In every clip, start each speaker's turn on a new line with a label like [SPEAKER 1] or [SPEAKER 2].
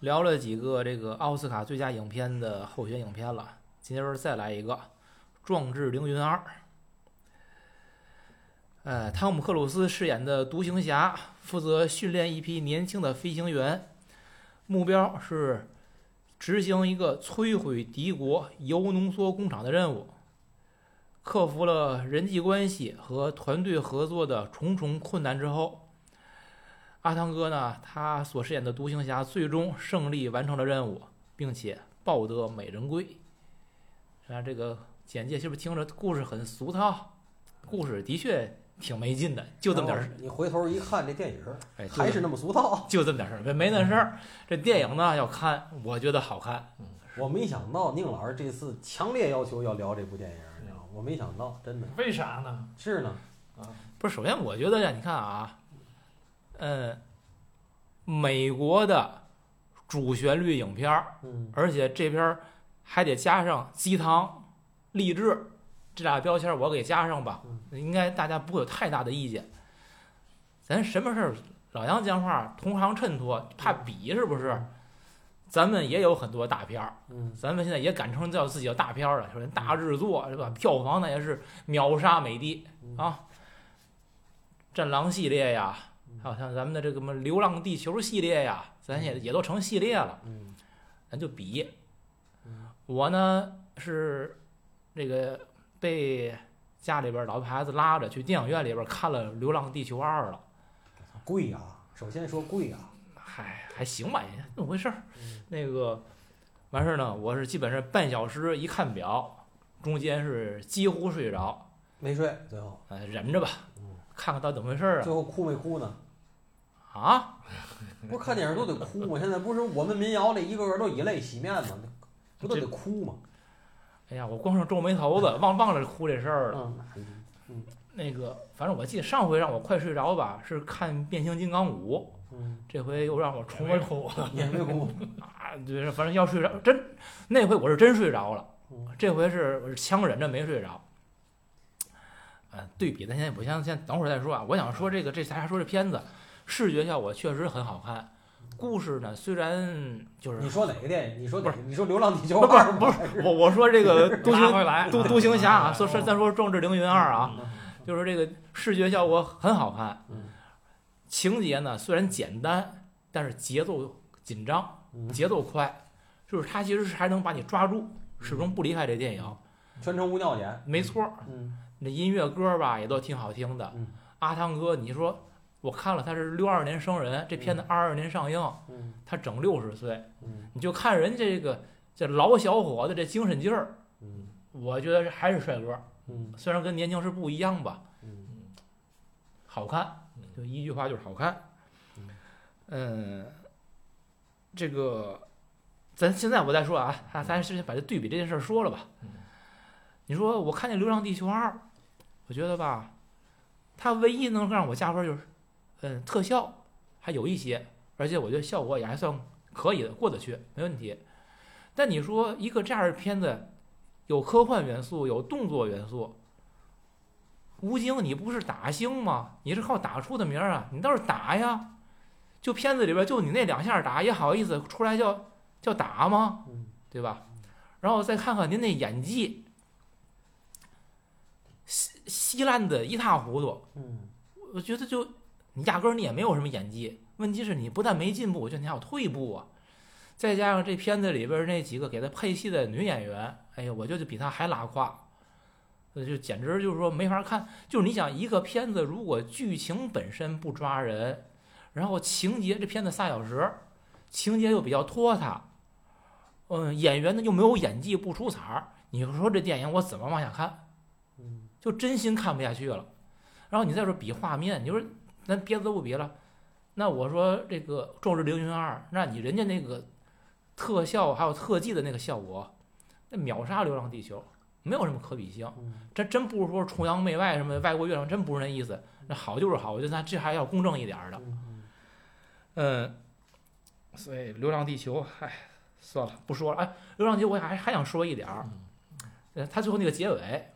[SPEAKER 1] 聊了几个这个奥斯卡最佳影片的候选影片了，今天再来一个《壮志凌云二》。呃，汤姆·克鲁斯饰演的独行侠负责训练一批年轻的飞行员，目标是执行一个摧毁敌国铀浓缩工厂的任务，克服了人际关系和团队合作的重重困难之后，阿汤哥呢，他所饰演的独行侠最终胜利完成了任务，并且抱得美人归。啊，这个简介是不是听着故事很俗套？故事的确挺没劲的，就这么点儿
[SPEAKER 2] 然后你回头一看这电影儿，
[SPEAKER 1] 哎，就
[SPEAKER 2] 还是那么俗套。
[SPEAKER 1] 就这么点事儿，没没那事儿。这电影呢要看，我觉得好看。
[SPEAKER 2] 我没想到宁老师这次强烈要求要聊这部电影儿，你知道吗？我没想到，真的
[SPEAKER 3] 为啥呢？
[SPEAKER 2] 是呢。
[SPEAKER 1] 不是，首先我觉得呀，你看啊，嗯，美国的主旋律影片儿，
[SPEAKER 2] 嗯，
[SPEAKER 1] 而且这边儿还得加上鸡汤、励志这俩标签，我给加上吧，应该大家不会有太大的意见。咱什么事儿，老杨讲话，同行衬托，怕比是不是？咱们也有很多大片儿。
[SPEAKER 2] 嗯，
[SPEAKER 1] 咱们现在也敢称叫自己叫大片儿了，首先大制作是吧？票房那也是秒杀美的啊，战狼系列呀，还有像咱们的这个什么《流浪地球》系列呀，咱也也都成系列了，
[SPEAKER 2] 嗯
[SPEAKER 1] 咱就比。我呢是这个被家里边老婆孩子拉着去电影院里边看了《流浪地球二》了，
[SPEAKER 2] 贵啊！首先说贵啊，
[SPEAKER 1] 还还行吧，也那么回事儿。那个完事儿呢，我是基本上半小时一看表，中间是几乎睡着，
[SPEAKER 2] 没睡，最后
[SPEAKER 1] 呃，忍着吧，
[SPEAKER 2] 嗯
[SPEAKER 1] 看看到底怎么回事儿
[SPEAKER 2] 最后哭没 哭呢？
[SPEAKER 1] 啊？啊，
[SPEAKER 2] 不是看电影都得哭吗？现在不是我们民谣里一个个都以泪洗面吗？不都得哭吗？
[SPEAKER 1] 哎呀，我光剩皱眉头子，忘忘了哭这事儿了。
[SPEAKER 2] 嗯，
[SPEAKER 1] 那个，反正我记得上回让我快睡着吧，是看《变形金刚五》，
[SPEAKER 2] 嗯，
[SPEAKER 1] 这回又让我重
[SPEAKER 3] 没
[SPEAKER 1] 温
[SPEAKER 3] 哭，
[SPEAKER 2] 也没哭。
[SPEAKER 1] 啊，就是反正要睡着，真那回我是真睡着了
[SPEAKER 2] 嗯，
[SPEAKER 1] 这回是我是强忍着没睡着。呃，对比咱先我先先等会儿再说啊，我想说这个这才说这片子视觉效果确实很好看，故事呢虽然就是
[SPEAKER 2] 你说哪个电影？你说哪
[SPEAKER 1] 不
[SPEAKER 2] 个？你说《流浪地球
[SPEAKER 1] 不
[SPEAKER 2] 二》
[SPEAKER 1] 是
[SPEAKER 2] 吗？
[SPEAKER 1] 不是我我说这个独
[SPEAKER 3] 拉
[SPEAKER 1] 行
[SPEAKER 3] 回来，
[SPEAKER 1] 独
[SPEAKER 3] 啊
[SPEAKER 1] 独行侠啊，
[SPEAKER 3] 拉
[SPEAKER 1] 说
[SPEAKER 3] 回来
[SPEAKER 1] 说再说《壮志凌云二》啊，
[SPEAKER 3] 嗯
[SPEAKER 1] 就是这个视觉效果很好看
[SPEAKER 2] 嗯，
[SPEAKER 1] 情节呢虽然简单，但是节奏紧张。
[SPEAKER 2] 嗯
[SPEAKER 1] 节奏快，就是它其实是还能把你抓住，始终不离开这电影。
[SPEAKER 2] 全程无尿点。
[SPEAKER 1] 没错儿，
[SPEAKER 2] 嗯，
[SPEAKER 1] 那音乐歌吧也都挺好听的
[SPEAKER 2] 嗯。
[SPEAKER 1] 阿汤哥，你说我看了他是六二年生人，这片子二二年上映，
[SPEAKER 2] 嗯
[SPEAKER 1] 他整六十岁，
[SPEAKER 2] 嗯
[SPEAKER 1] 你就看人这个这老小伙子这精神劲儿，
[SPEAKER 2] 嗯
[SPEAKER 1] 我觉得还是帅哥，
[SPEAKER 2] 嗯
[SPEAKER 1] 虽然跟年轻时不一样吧，
[SPEAKER 2] 嗯，
[SPEAKER 1] 好看，就一句话就是好看。嗯，这个，咱现在我再说啊，咱咱先把这对比这件事儿说了吧。你说我看见《流浪地球二》，我觉得吧，它唯一能让我加分就是，嗯，特效还有一些，而且我觉得效果也还算可以的，过得去，没问题。但你说一个这样的片子，有科幻元素，有动作元素，吴京，你不是打星吗？你是靠打出的名儿啊，你倒是打呀！就片子里边就你那两下打，也好意思出来叫叫打吗
[SPEAKER 2] 嗯？
[SPEAKER 1] 对吧？然后再看看您那演技，稀稀烂的一塌糊涂。
[SPEAKER 2] 嗯
[SPEAKER 1] 我觉得就你压根儿你也没有什么演技，问题是你不但没进步，我觉得你还有退步啊。再加上这片子里边儿那几个给他配戏的女演员，哎呀，我觉得比他还拉胯，那就简直就是说没法看。就是你想一个片子，如果剧情本身不抓人，然后情节这片子仨小时，情节又比较拖沓，嗯，演员呢又没有演技不出彩儿，你说这电影我怎么往下看？
[SPEAKER 2] 嗯
[SPEAKER 1] 就真心看不下去了。然后你再说比画面，你说咱别的都不比了，那我说这个《壮志凌云二》，那你人家那个特效还有特技的那个效果，那秒杀《流浪地球》，没有什么可比性。
[SPEAKER 2] 嗯
[SPEAKER 1] 这真不是说崇洋媚外什么外国月亮，真不是那意思。那好就是好，我觉得咱这还要公正一点儿的。
[SPEAKER 2] 嗯
[SPEAKER 1] 嗯，所以《流浪地球》，哎，算了，不说了。哎，《流浪地球》我还还想说一点儿，呃，他最后那个结尾，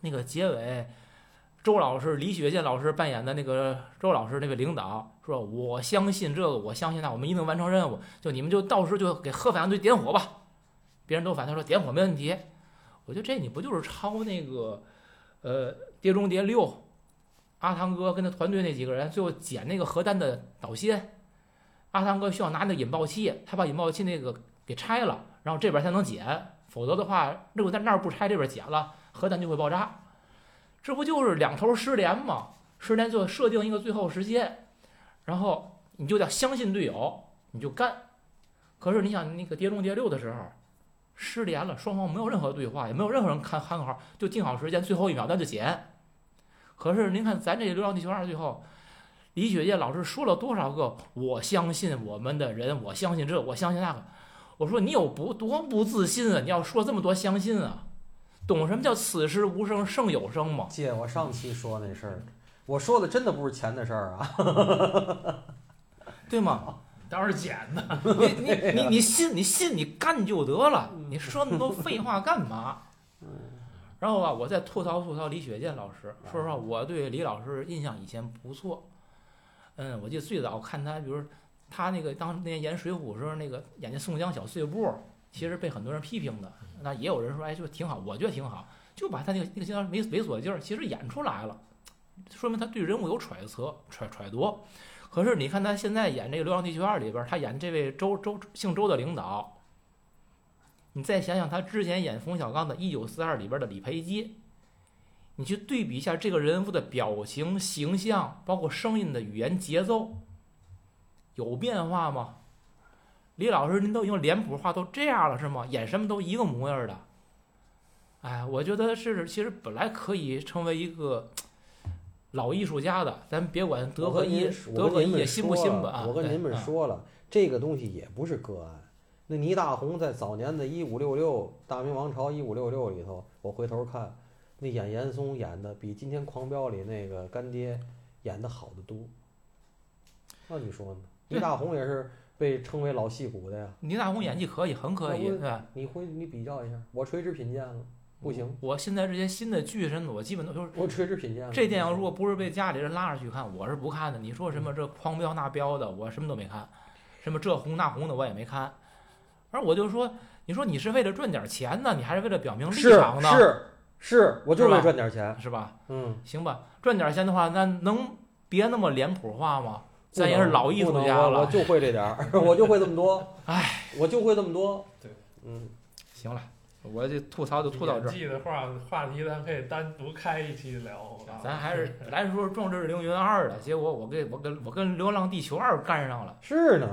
[SPEAKER 1] 那个结尾，周老师、李雪健老师扮演的那个周老师那位领导说：“我相信这个，我相信那，我们一定完成任务。就你们就到时就给核反应堆点火吧。”别人都反对说：“点火没问题。”我觉得这你不就是抄那个，呃，《碟中谍六》，阿汤哥跟他团队那几个人最后捡那个核弹的导线，阿汤哥需要拿那引爆器，他把引爆器那个给拆了，然后这边才能解，否则的话，如果在那儿不拆，这边解了，核弹就会爆炸。这不就是两头失联吗？失联就设定一个最后时间，然后你就得相信队友，你就干。可是你想那个《碟中谍六》的时候，失联了，双方没有任何对话，也没有任何人看喊口号，就定好时间，最后一秒那就捡。可是您看咱这《流浪地球二》最后，李雪健老师说了多少个“我相信我们的人，我相信这，我相信那个”，我说你有不多不自信啊！你要说这么多相信啊，懂什么叫此时无声胜有声吗？
[SPEAKER 2] 姐，我上期说那事儿，我说的真的不是钱的事儿啊。
[SPEAKER 1] 对吗？
[SPEAKER 3] 当然是捡的，
[SPEAKER 1] 你你 你
[SPEAKER 2] 啊
[SPEAKER 1] 你信你信你干就得了，你说那么多废话干嘛？然后啊，我再吐槽吐槽李雪健老师。说实话，我对李老师印象以前不错。嗯，我记得最早看他，比如他那个当那年演《水浒》时候，那个演那宋江小碎步，其实被很多人批评的。那也有人说，哎，就挺好，我觉得挺好，就把他那个那个经常猥猥琐劲儿，其实演出来了，说明他对人物有揣测、揣揣度。可是你看他现在演这个《流浪地球二》里边儿，他演这位周周姓周的领导，你再想想他之前演冯小刚的《一九四二》里边儿的李培基，你去对比一下这个人物的表情、形象，包括声音的语言节奏，有变化吗？李老师，您都已经脸谱化都这样了是吗？演什么都一个模样儿的。哎，我觉得是，其实本来可以成为一个老艺术家的，咱别管德
[SPEAKER 2] 我
[SPEAKER 1] 和
[SPEAKER 2] 跟
[SPEAKER 1] 一
[SPEAKER 2] 您
[SPEAKER 1] 德
[SPEAKER 2] 我
[SPEAKER 1] 和
[SPEAKER 2] 跟
[SPEAKER 1] 一
[SPEAKER 2] 您
[SPEAKER 1] 也
[SPEAKER 2] 们
[SPEAKER 1] 新
[SPEAKER 2] 说
[SPEAKER 1] 不新吧？
[SPEAKER 2] 了
[SPEAKER 1] 啊，
[SPEAKER 2] 我跟
[SPEAKER 1] 对
[SPEAKER 2] 您们
[SPEAKER 1] 啊
[SPEAKER 2] 说了，这个东西也不是个案。那倪大红在早年的《一五六六》《大明王朝一五六六》里头，我回头看，那演严嵩演的比今天《狂飙》里那个干爹演的好得多。那你说呢？倪
[SPEAKER 1] 对
[SPEAKER 2] 大红也是被称为老戏骨的呀。
[SPEAKER 1] 倪大红演技可以，很可以，
[SPEAKER 2] 那我
[SPEAKER 1] 对吧？
[SPEAKER 2] 你回你比较一下，我垂直品鉴了，不行，
[SPEAKER 1] 我现在这些新的剧什么的，我基本都就是
[SPEAKER 2] 我垂直品鉴了。
[SPEAKER 1] 这电影，如果不是被家里人拉着去看，我是不看的。你说什么这狂飙那飙的，我什么都没看，什么这红那红的我也没看。而我就说，你说你是为了赚点钱呢，你还是为了表明立
[SPEAKER 2] 是
[SPEAKER 1] 场呢，
[SPEAKER 2] 是是，我就
[SPEAKER 1] 是
[SPEAKER 2] 是
[SPEAKER 1] 吧
[SPEAKER 2] 为赚点钱。
[SPEAKER 1] 是吧？
[SPEAKER 2] 嗯，
[SPEAKER 1] 行吧，赚点钱的话，那能别那么脸谱化吗？
[SPEAKER 2] 不
[SPEAKER 1] 咱也
[SPEAKER 2] 能
[SPEAKER 1] 是老艺
[SPEAKER 2] 不
[SPEAKER 1] 术
[SPEAKER 2] 能
[SPEAKER 1] 家
[SPEAKER 2] 我我
[SPEAKER 1] 了，
[SPEAKER 2] 就会这点儿， 我就会这么多。
[SPEAKER 1] 唉，
[SPEAKER 2] 我就会这么多。
[SPEAKER 3] 对，
[SPEAKER 2] 嗯，
[SPEAKER 1] 行了，我这吐槽就吐到这儿
[SPEAKER 3] 演。技的话话题，咱可以单独开一期聊啊。
[SPEAKER 1] 咱还是本来说《壮志凌云二》的，结果我跟我跟我跟《流浪地球二》干上了。
[SPEAKER 2] 是呢。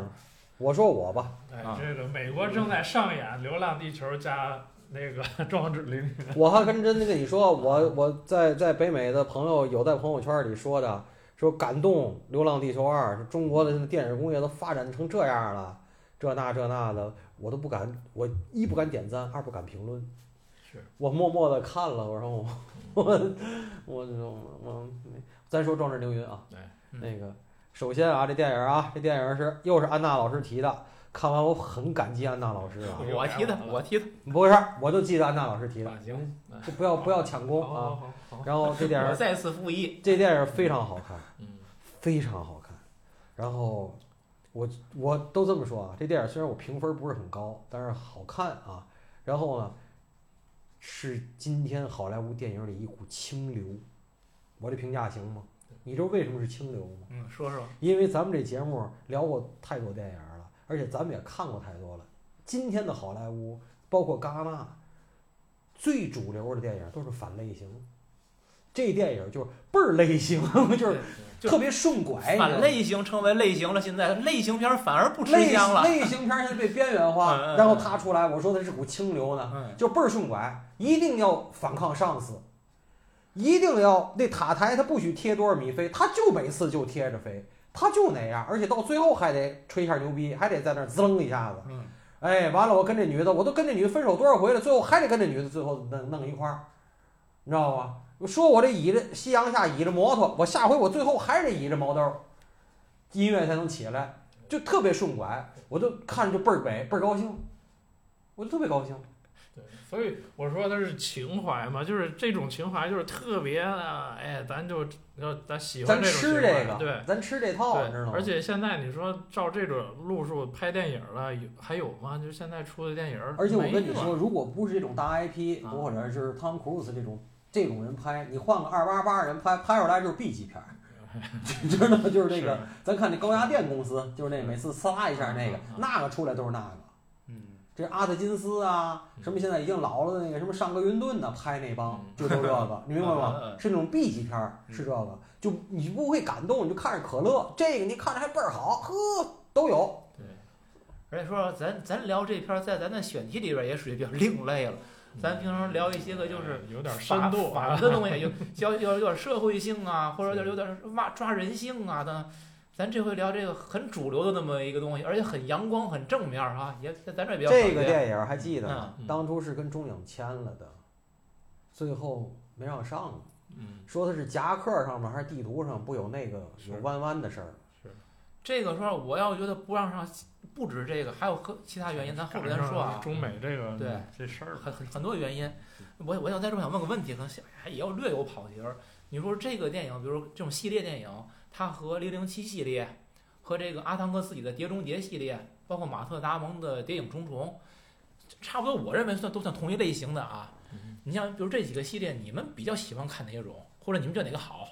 [SPEAKER 2] 我说我吧，
[SPEAKER 3] 哎
[SPEAKER 1] 啊，
[SPEAKER 3] 这个美国正在上演《流浪地球》加那个 《壮志凌云》，
[SPEAKER 2] 我还跟真的跟你说，我我在在北美的朋友有在朋友圈里说的，说感动《流浪地球二》，说中国的电影工业都发展成这样了，这那这那的，我都不敢，我一不敢点赞，二不敢评论。
[SPEAKER 3] 是
[SPEAKER 2] 我默默的看了，我说我 我我我我，咱说《壮志凌云》啊，
[SPEAKER 1] 嗯
[SPEAKER 2] 那个，首先啊，这电影啊，这电影是又是安娜老师提的，看完我很感激安娜老师啊，
[SPEAKER 1] 我提的，我提的，
[SPEAKER 2] 不是，我就记得安娜老师提的，
[SPEAKER 3] 啊行，
[SPEAKER 2] 就不要不要抢
[SPEAKER 3] 好
[SPEAKER 2] 功
[SPEAKER 3] 好
[SPEAKER 2] 啊。
[SPEAKER 3] 好好，
[SPEAKER 2] 然后这电
[SPEAKER 1] 我
[SPEAKER 2] 影，
[SPEAKER 1] 再次复议。
[SPEAKER 2] 这电影非常好看，
[SPEAKER 1] 嗯，
[SPEAKER 2] 非常好看。然后我我都这么说啊，这电影虽然我评分不是很高，但是好看啊。然后呢，是今天好莱坞电影里一股清流，我这评价行吗？你知道为什么是清流吗？
[SPEAKER 3] 嗯
[SPEAKER 1] 说说，
[SPEAKER 2] 因为咱们这节目聊过太多电影了，而且咱们也看过太多了。今天的好莱坞，包括戛纳，最主流的电影都是反类型。这电影就是倍儿类型， 就是
[SPEAKER 1] 就
[SPEAKER 2] 特别顺拐，
[SPEAKER 1] 反类型成为类型了，现在类型片反而不吃
[SPEAKER 2] 类
[SPEAKER 1] 香了。
[SPEAKER 2] 类型片儿现在被边缘
[SPEAKER 1] 嗯嗯
[SPEAKER 2] 化，
[SPEAKER 1] 嗯
[SPEAKER 2] 然后他出来，我说的是股清流呢，
[SPEAKER 1] 嗯，
[SPEAKER 2] 就倍儿顺拐，一定要反抗上司，一定要那塔台他不许贴多少米飞，他就每次就贴着飞，他就那样，而且到最后还得吹一下牛逼，还得在那儿滋楞一下子。
[SPEAKER 1] 嗯，
[SPEAKER 2] 哎，完了，我跟这女的，我都跟这女的分手多少回了，最后还得跟这女的最后弄弄一块儿，你知道吗？说我这倚着夕阳下倚着摩托，我下回我最后还得倚着毛豆儿，音乐才能起来，就特别顺拐，我就看着就倍儿美，倍儿高兴，我就特别高兴。
[SPEAKER 3] 对，所以我说的是情怀嘛，就是这种情怀就是特别的，哎，咱就要咱喜欢
[SPEAKER 2] 咱
[SPEAKER 3] 这种
[SPEAKER 2] 吃
[SPEAKER 3] 情怀，
[SPEAKER 2] 这个，
[SPEAKER 3] 对。
[SPEAKER 2] 咱吃这套，你知道吗？
[SPEAKER 3] 对，而且现在你说照这种路数拍电影了，有还有吗？就现在出的电影，
[SPEAKER 2] 而且我跟你
[SPEAKER 3] 没了，
[SPEAKER 2] 说，如果不是这种大 IP，
[SPEAKER 3] 啊
[SPEAKER 2] 或者是汤姆·克鲁斯这种这种人拍，你换个二八八人拍，拍出来就是 B 级 片儿，你知道吗？就是那个，咱看那高压电公司，就是那每次呲啦一下那个
[SPEAKER 3] 啊啊，
[SPEAKER 2] 那个出来都是那个。
[SPEAKER 4] 嗯，
[SPEAKER 2] 这阿特金斯啊，什么现在已经老了的那个，什么上个云顿呐、拍那帮
[SPEAKER 3] 嗯
[SPEAKER 2] 就都这 个，你明白
[SPEAKER 3] 嗯嗯
[SPEAKER 2] 吗？
[SPEAKER 4] 嗯
[SPEAKER 2] 是那种 B 级片儿，
[SPEAKER 4] 嗯
[SPEAKER 2] 是这个，就你不会感动，你就看着可乐，这个你看着还倍儿好，呵，都有。
[SPEAKER 4] 而且说咱咱聊这片儿，在咱的选题里边儿也属于比较另类了。咱平常聊一些个就是
[SPEAKER 3] 有点
[SPEAKER 4] 法
[SPEAKER 3] 嗯深度
[SPEAKER 4] 法
[SPEAKER 3] 啊，
[SPEAKER 4] 的东西，有要要有点社会性啊，或者有点有点挖抓人性啊等。咱这回聊这个很主流的那么一个东西，而且很阳光、很正面儿啊，也在咱这儿比较少
[SPEAKER 2] 这个
[SPEAKER 4] 见
[SPEAKER 2] 电影还记得吗？
[SPEAKER 3] 嗯嗯
[SPEAKER 2] 当初是跟中影签了的，最后没让上嘛
[SPEAKER 3] 嗯，
[SPEAKER 2] 说的是夹克上面还是地图上不有那个
[SPEAKER 3] 是
[SPEAKER 2] 有弯弯的事儿，
[SPEAKER 4] 这个说我要觉得不让上，不止这个，还有和其他原因，咱后边再说啊。
[SPEAKER 3] 中美这个
[SPEAKER 4] 对
[SPEAKER 3] 这事儿吧，
[SPEAKER 4] 很很很多原因，我我想在这儿想问个问题，可能还也要略有跑题儿。你说这个电影，比如说这种系列电影，它和《零零七》系列，和这个阿汤哥自己的《碟中谍》系列，包括马特·达蒙的《谍影重重》，差不多我认为算都算同一类型的啊。
[SPEAKER 3] 嗯
[SPEAKER 4] 你像比如这几个系列，你们比较喜欢看哪种，或者你们觉得哪个好？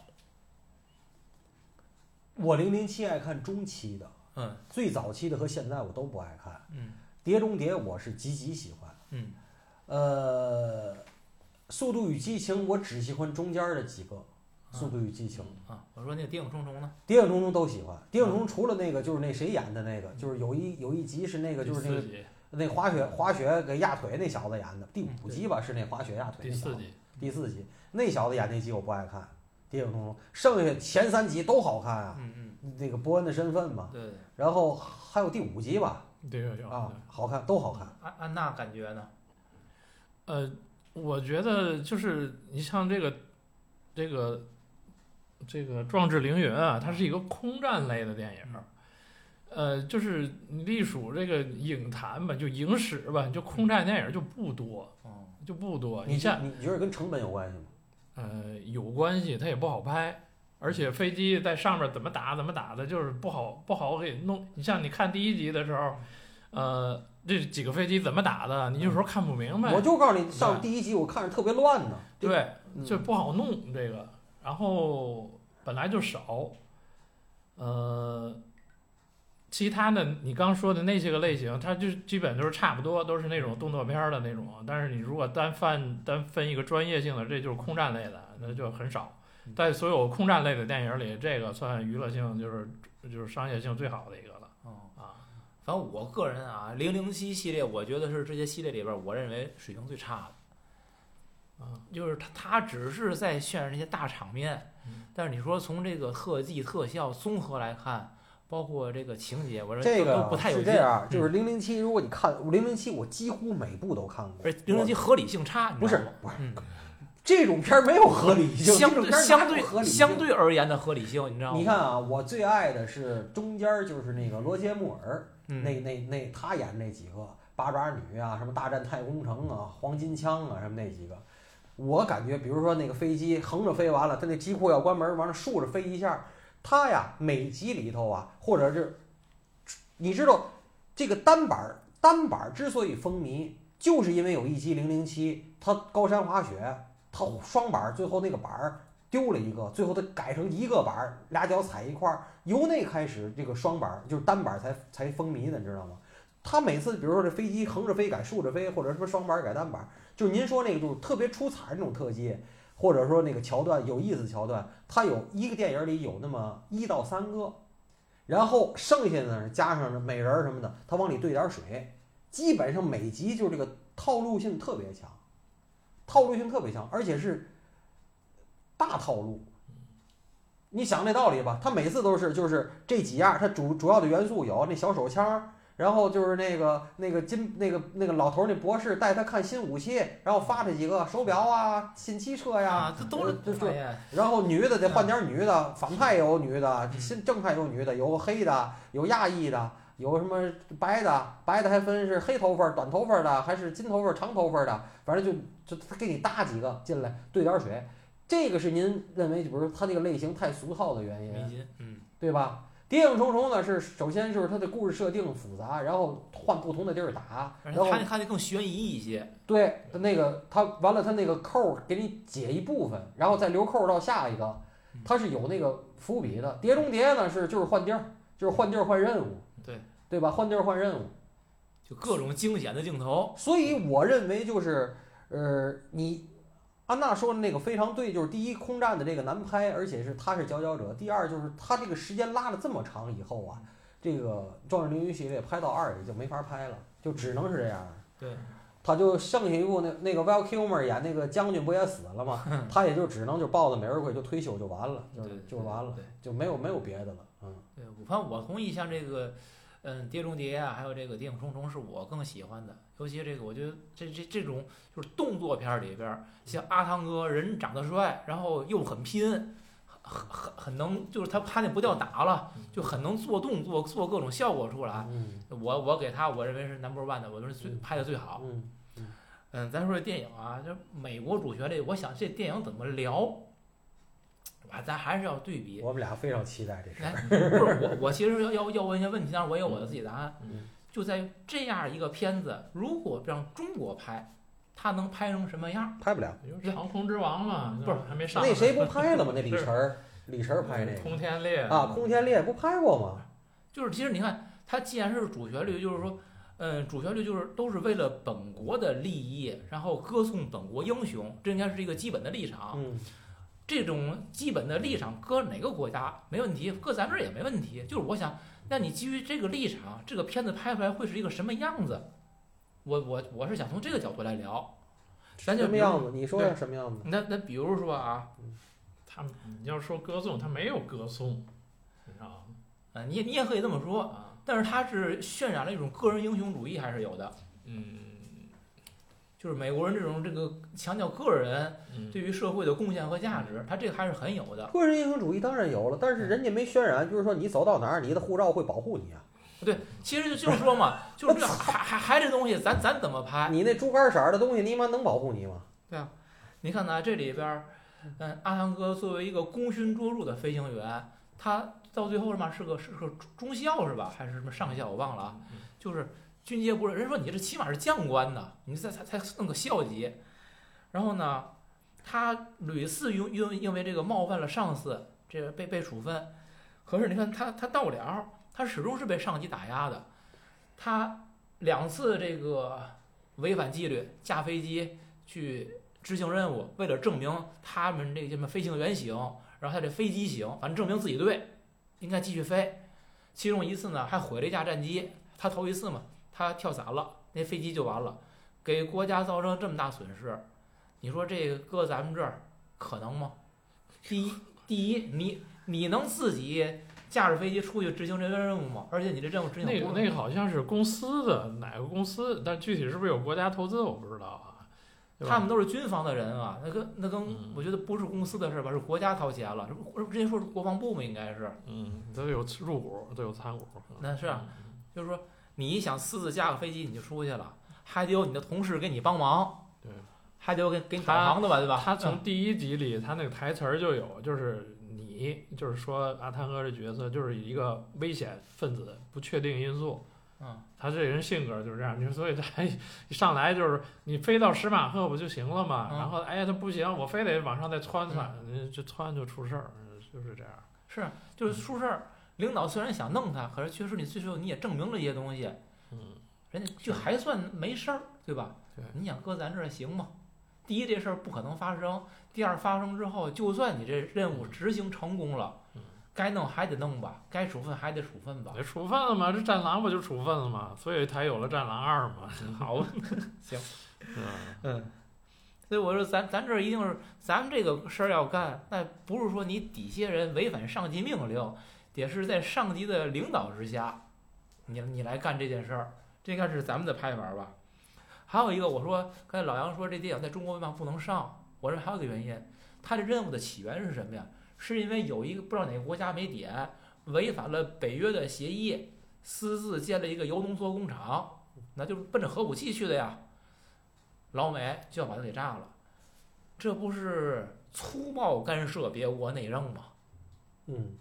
[SPEAKER 2] 我零零七爱看中期的，
[SPEAKER 4] 嗯
[SPEAKER 2] 最早期的和现在我都不爱看。
[SPEAKER 4] 嗯
[SPEAKER 2] 碟中谍我是极其喜欢，
[SPEAKER 4] 嗯
[SPEAKER 2] 呃，速度与激情我只喜欢中间的几个，速度与激情。
[SPEAKER 4] 啊，我说那个《谍影重重》呢？
[SPEAKER 2] 谍影重重都喜欢，谍影重重除了那个就是那谁演的那个，就是有一有一集是那个
[SPEAKER 3] 第
[SPEAKER 2] 就是那个
[SPEAKER 3] 四集，
[SPEAKER 2] 那滑雪滑雪给压腿那小子演的，第
[SPEAKER 4] 嗯
[SPEAKER 2] 五集吧是那滑雪压腿
[SPEAKER 3] 第
[SPEAKER 2] 那小
[SPEAKER 3] 四
[SPEAKER 2] 子，
[SPEAKER 3] 集，
[SPEAKER 2] 第四集那小子演那集我不爱看，《谍影重重》剩下前三集都好看啊，
[SPEAKER 4] 嗯
[SPEAKER 2] 那个伯恩的身份嘛
[SPEAKER 4] 嗯，，对哦对。
[SPEAKER 2] 然后还有第五集吧，
[SPEAKER 3] 对有有
[SPEAKER 2] 啊，好看都好看，
[SPEAKER 4] 安安娜感觉呢？
[SPEAKER 3] 呃，我觉得就是你像这个，这个，这个《壮志凌云》啊，它是一个空战类的电影儿，呃，就是隶属这个影坛吧，就影史吧，就空战电影儿就不多，
[SPEAKER 4] 哦，
[SPEAKER 3] 就不多。
[SPEAKER 2] 你
[SPEAKER 3] 像
[SPEAKER 2] 你你觉得跟成本有关系吗？
[SPEAKER 3] 呃有关系，它也不好拍，而且飞机在上面怎么打怎么打的，就是不好不好给弄。你像你看第一集的时候，呃，这几个飞机怎么打的，你有时候看不明白。
[SPEAKER 2] 我就告诉你，上第一集我看着特别乱呢，
[SPEAKER 3] 对，
[SPEAKER 2] 嗯
[SPEAKER 3] 就不好弄这个，然后本来就少，呃，其他的你刚说的那些个类型，它就基本都是差不多，都是那种动作片儿的那种。但是你如果单犯单分一个专业性的，这就是空战类的，那就很少
[SPEAKER 4] 嗯。
[SPEAKER 3] 在所有空战类的电影里，这个算娱乐性就是就是商业性最好的一个了
[SPEAKER 4] 哦，
[SPEAKER 3] 啊。
[SPEAKER 4] 反正我个人啊，零零七系列，我觉得是这些系列里边儿，我认为水平最差的。
[SPEAKER 3] 啊，
[SPEAKER 4] 就是它，它只是在渲染这些大场面
[SPEAKER 3] 嗯，
[SPEAKER 4] 但是你说从这个特技特效综合来看，包括这个情节，我认为
[SPEAKER 2] 这
[SPEAKER 4] 都
[SPEAKER 2] 个
[SPEAKER 4] 都不太有
[SPEAKER 2] 是
[SPEAKER 4] 劲。嗯
[SPEAKER 2] 这样，就是零零七，如果你看零零七，007我几乎每部都看过，
[SPEAKER 4] 而零零七合理性差，你
[SPEAKER 2] 不
[SPEAKER 4] 知
[SPEAKER 2] 是
[SPEAKER 4] 道吗
[SPEAKER 2] 不是
[SPEAKER 4] 嗯
[SPEAKER 2] 这种片儿没有合理性，
[SPEAKER 4] 相
[SPEAKER 2] 这种
[SPEAKER 4] 对
[SPEAKER 2] 片儿哪
[SPEAKER 4] 相
[SPEAKER 2] 有合
[SPEAKER 4] 对
[SPEAKER 2] 理性
[SPEAKER 4] 相对而言的合理性，你知道吗？
[SPEAKER 2] 你看，啊，我最爱的是中间儿就是那个罗杰·穆尔，
[SPEAKER 4] 嗯，
[SPEAKER 2] 那那那他演那几个八爪女啊，什么大战太空城啊，黄金枪啊，什么那几个，我感觉，比如说那个飞机横着飞完了，他那机库要关门，完了竖着飞一下，他呀每集里头啊，或者是你知道这个单板儿单板儿之所以风靡，就是因为有一集零零七，他高山滑雪，他双板儿最后那个板儿丢了一个，最后他改成一个板儿，俩脚踩一块儿，由那开始这个双板儿就是单板儿才才风靡的，你知道吗？他每次比如说这飞机横着飞改竖着飞，或者什么双板儿改单板儿，就是您说那个就是特别出彩儿那种特技，或者说那个桥段有意思的桥段，它有一个电影里有那么一到三个，然后剩下的呢加上美人儿什么的，他往里兑点儿水，基本上每集就是这个套路性特别强，套路性特别强，而且是大套路。你想这道理吧，他每次都是就是这几样，它主主要的元素有那小手枪，然后就是那个那个金那个那个老头儿那博士带他看新武器，然后发他几个手表啊、新汽车呀、
[SPEAKER 4] 啊，这都是
[SPEAKER 2] 这这
[SPEAKER 4] 哎呀
[SPEAKER 2] 然后女的得换点儿女的，反派有女的，正正派有女的，有黑的，有亚裔的，有什么白的，白的还分是黑头发、短头发的，还是金头发、长头发的，反正就就他给你搭几个进来兑点水，这个是您认为，比如说他这个类型太俗套的原因，
[SPEAKER 3] 迷津，
[SPEAKER 4] 嗯，
[SPEAKER 2] 对吧？谍影重重呢是首先就是它的故事设定复杂，然后换不同的地儿打，
[SPEAKER 4] 而
[SPEAKER 2] 然
[SPEAKER 4] 且
[SPEAKER 2] 后
[SPEAKER 4] 他那他那更悬疑一些，
[SPEAKER 2] 对它那个它完了，它那个扣儿给你解一部分，然后再留扣儿到下一个，它是有那个伏笔的。碟中谍呢是就是换地儿，就是换地儿换任务，
[SPEAKER 3] 对
[SPEAKER 2] 对吧？换地儿换任务，
[SPEAKER 4] 就各种惊险的镜头，
[SPEAKER 2] 所以我认为就是，呃，你安娜说的那个非常对，就是第一空战的这个难拍，而且是他是佼佼者；第二就是他这个时间拉了这么长以后啊，这个《壮志凌云》系列拍到二也就没法拍了，就只能是这样了。
[SPEAKER 3] 对，
[SPEAKER 2] 他就剩下一部那那个 Val Kilmer 演那个将军不也死了吗？ 他也就只能就抱着美人归就退休就完了，就
[SPEAKER 3] 对对
[SPEAKER 2] 就完了，
[SPEAKER 3] 对
[SPEAKER 2] 就没有没有别的了。嗯，
[SPEAKER 4] 对，我反正我同意，像这个，嗯，《碟中谍》啊，还有这个《谍影重重》是我更喜欢的，尤其这个，我觉得这这这种就是动作片儿里边儿，像阿汤哥人长得帅，然后又很拼，很很很能，就是他他那不叫打了，就很能做动作，做各种效果出
[SPEAKER 3] 啊
[SPEAKER 4] 来。
[SPEAKER 2] 嗯
[SPEAKER 4] 我我给他，我认为是 number one 的，我觉得最
[SPEAKER 2] 嗯
[SPEAKER 4] 拍的最好。
[SPEAKER 2] 嗯
[SPEAKER 4] 嗯，咱说这电影啊，这美国主旋律，我想这电影怎么聊，啊，咱还是要对比。
[SPEAKER 2] 我们俩非常期待这事儿。
[SPEAKER 4] 哎， 不是我，我其实要要要问一些问题，但是我也有我的自己答案。
[SPEAKER 2] 嗯
[SPEAKER 4] 就在于这样一个片子，如果让中国拍，它能拍成什么样？
[SPEAKER 2] 拍不了，
[SPEAKER 3] 就是《长空之王》嘛，
[SPEAKER 4] 不是
[SPEAKER 3] 还没上呢。
[SPEAKER 2] 那谁 不拍了吗？那李
[SPEAKER 3] 是
[SPEAKER 2] 晨儿，李晨儿拍那个。
[SPEAKER 3] 空天猎
[SPEAKER 2] 啊，空天猎不拍过吗？
[SPEAKER 4] 就是其实你看，它既然是主旋律，就是说，嗯，主旋律就是都是为了本国的利益，然后歌颂本国英雄，这应该是一个基本的立场。
[SPEAKER 2] 嗯，
[SPEAKER 4] 这种基本的立场搁哪个国家没问题，搁咱这儿也没问题。就是我想，那你基于这个立场，这个片子拍出来会是一个什么样子？我我我是想从这个角度来聊。咱就
[SPEAKER 2] 什么
[SPEAKER 4] 比如
[SPEAKER 2] 样子？你说要什么样子？
[SPEAKER 4] 那那比如说啊，
[SPEAKER 3] 他们你要说歌颂，他没有歌颂，你知道吗？
[SPEAKER 4] 呃，你也你也可以这么说，
[SPEAKER 3] 啊，
[SPEAKER 4] 但是它是渲染了一种个人英雄主义还是有的，
[SPEAKER 3] 嗯
[SPEAKER 4] 就是美国人这种这个强调个人
[SPEAKER 3] 嗯，
[SPEAKER 4] 对于社会的贡献和价值，它这个还是很有的。
[SPEAKER 2] 个人英雄主义当然有了，但
[SPEAKER 4] 嗯
[SPEAKER 2] 是人家没渲染，就是说你走到哪儿，你的护照会保护你啊。
[SPEAKER 4] 其实就就是说嘛，就是这还还还这东西，咱咱怎么拍？
[SPEAKER 2] 你那猪肝色儿的东西，你妈能保护你吗？
[SPEAKER 4] 你看呢，这里边儿，嗯，阿汤哥作为一个功勋卓著的飞行员，他到最后是嘛是个是个中校是吧，还是什么上校我忘了啊，就是军阶不是，人说你这起码是将官呢，你这才才才弄个校级，然后呢，他屡次因因为因为这个冒犯了上司，这个被被处分，可是你看他他到了，他始终是被上级打压的，他两次这个违反纪律，驾飞机去执行任务，为了证明他们这个什么飞行员行，然后他这飞机行，反正证明自己对，应该继续飞。其中一次呢，还毁了一架战机，他头一次嘛，他跳伞了，那飞机就完了，给国家造成这么大损失，你说这个搁咱们这儿可能吗？第一，第一，你你能自己驾驶飞机出去执行这个任务吗？而且你这任务执行
[SPEAKER 3] 那个
[SPEAKER 4] 不
[SPEAKER 3] 那个好像是公司的哪个公司，但具体是不是有国家投资我不知道啊。对吧
[SPEAKER 4] 他们都是军方的人啊，那跟那
[SPEAKER 3] 嗯
[SPEAKER 4] 跟我觉得不是公司的事吧，是国家掏钱了，是不是不是之前说是国防部嘛，应该是，
[SPEAKER 3] 嗯都有入股，都有参股。
[SPEAKER 4] 那是啊就是说你想私自驾个飞机你就出去了，还得有你的同事给你帮忙，
[SPEAKER 3] 对，
[SPEAKER 4] 还得有给给你导
[SPEAKER 3] 他
[SPEAKER 4] 航的吧，对吧？
[SPEAKER 3] 他
[SPEAKER 4] 嗯
[SPEAKER 3] 从第一集里，他那个台词儿就有，就是你，就是说阿汤哥这角色就是一个危险分子，不确定因素。
[SPEAKER 4] 嗯，
[SPEAKER 3] 他这人性格就是这样，你说， 所以他一上来就是你飞到史马赫不就行了嘛？
[SPEAKER 4] 嗯
[SPEAKER 3] 然后哎呀，他不行，我非得往上再窜窜，嗯、这窜就出事儿，就是这样。
[SPEAKER 4] 是
[SPEAKER 3] 嗯
[SPEAKER 4] 就是出事儿，领导虽然想弄他，可是确实你最后你也证明了一些东西，
[SPEAKER 3] 嗯，
[SPEAKER 4] 人家就还算没事儿，对吧？
[SPEAKER 3] 对
[SPEAKER 4] 你想搁咱这儿行吗？第一，这事儿不可能发生；第二，发生之后，就算你这任务执行成功了，
[SPEAKER 3] 嗯
[SPEAKER 4] 该弄还得弄吧，该处分还得处分吧。
[SPEAKER 3] 那处分了嘛，这战狼不就处分了嘛？所以才有了战狼二嘛。好，
[SPEAKER 4] 行，
[SPEAKER 3] 嗯，
[SPEAKER 4] 嗯，所以我说咱咱这儿一定是咱们这个事儿要干，那不是说你底下人违反上级命令，也是在上级的领导之下，你你来干这件事儿，这应该是咱们的拍法吧。还有一个，我说刚才老杨说这电影在中国为嘛不能上，我认为还有一个原因，它这任务的起源是什么呀？是因为有一个不知道哪个国家没点违反了北约的协议，私自建了一个铀浓缩工厂，那就是奔着核武器去的呀。老美就要把它给炸了，这不是粗暴干涉别国内政吗？
[SPEAKER 2] 嗯，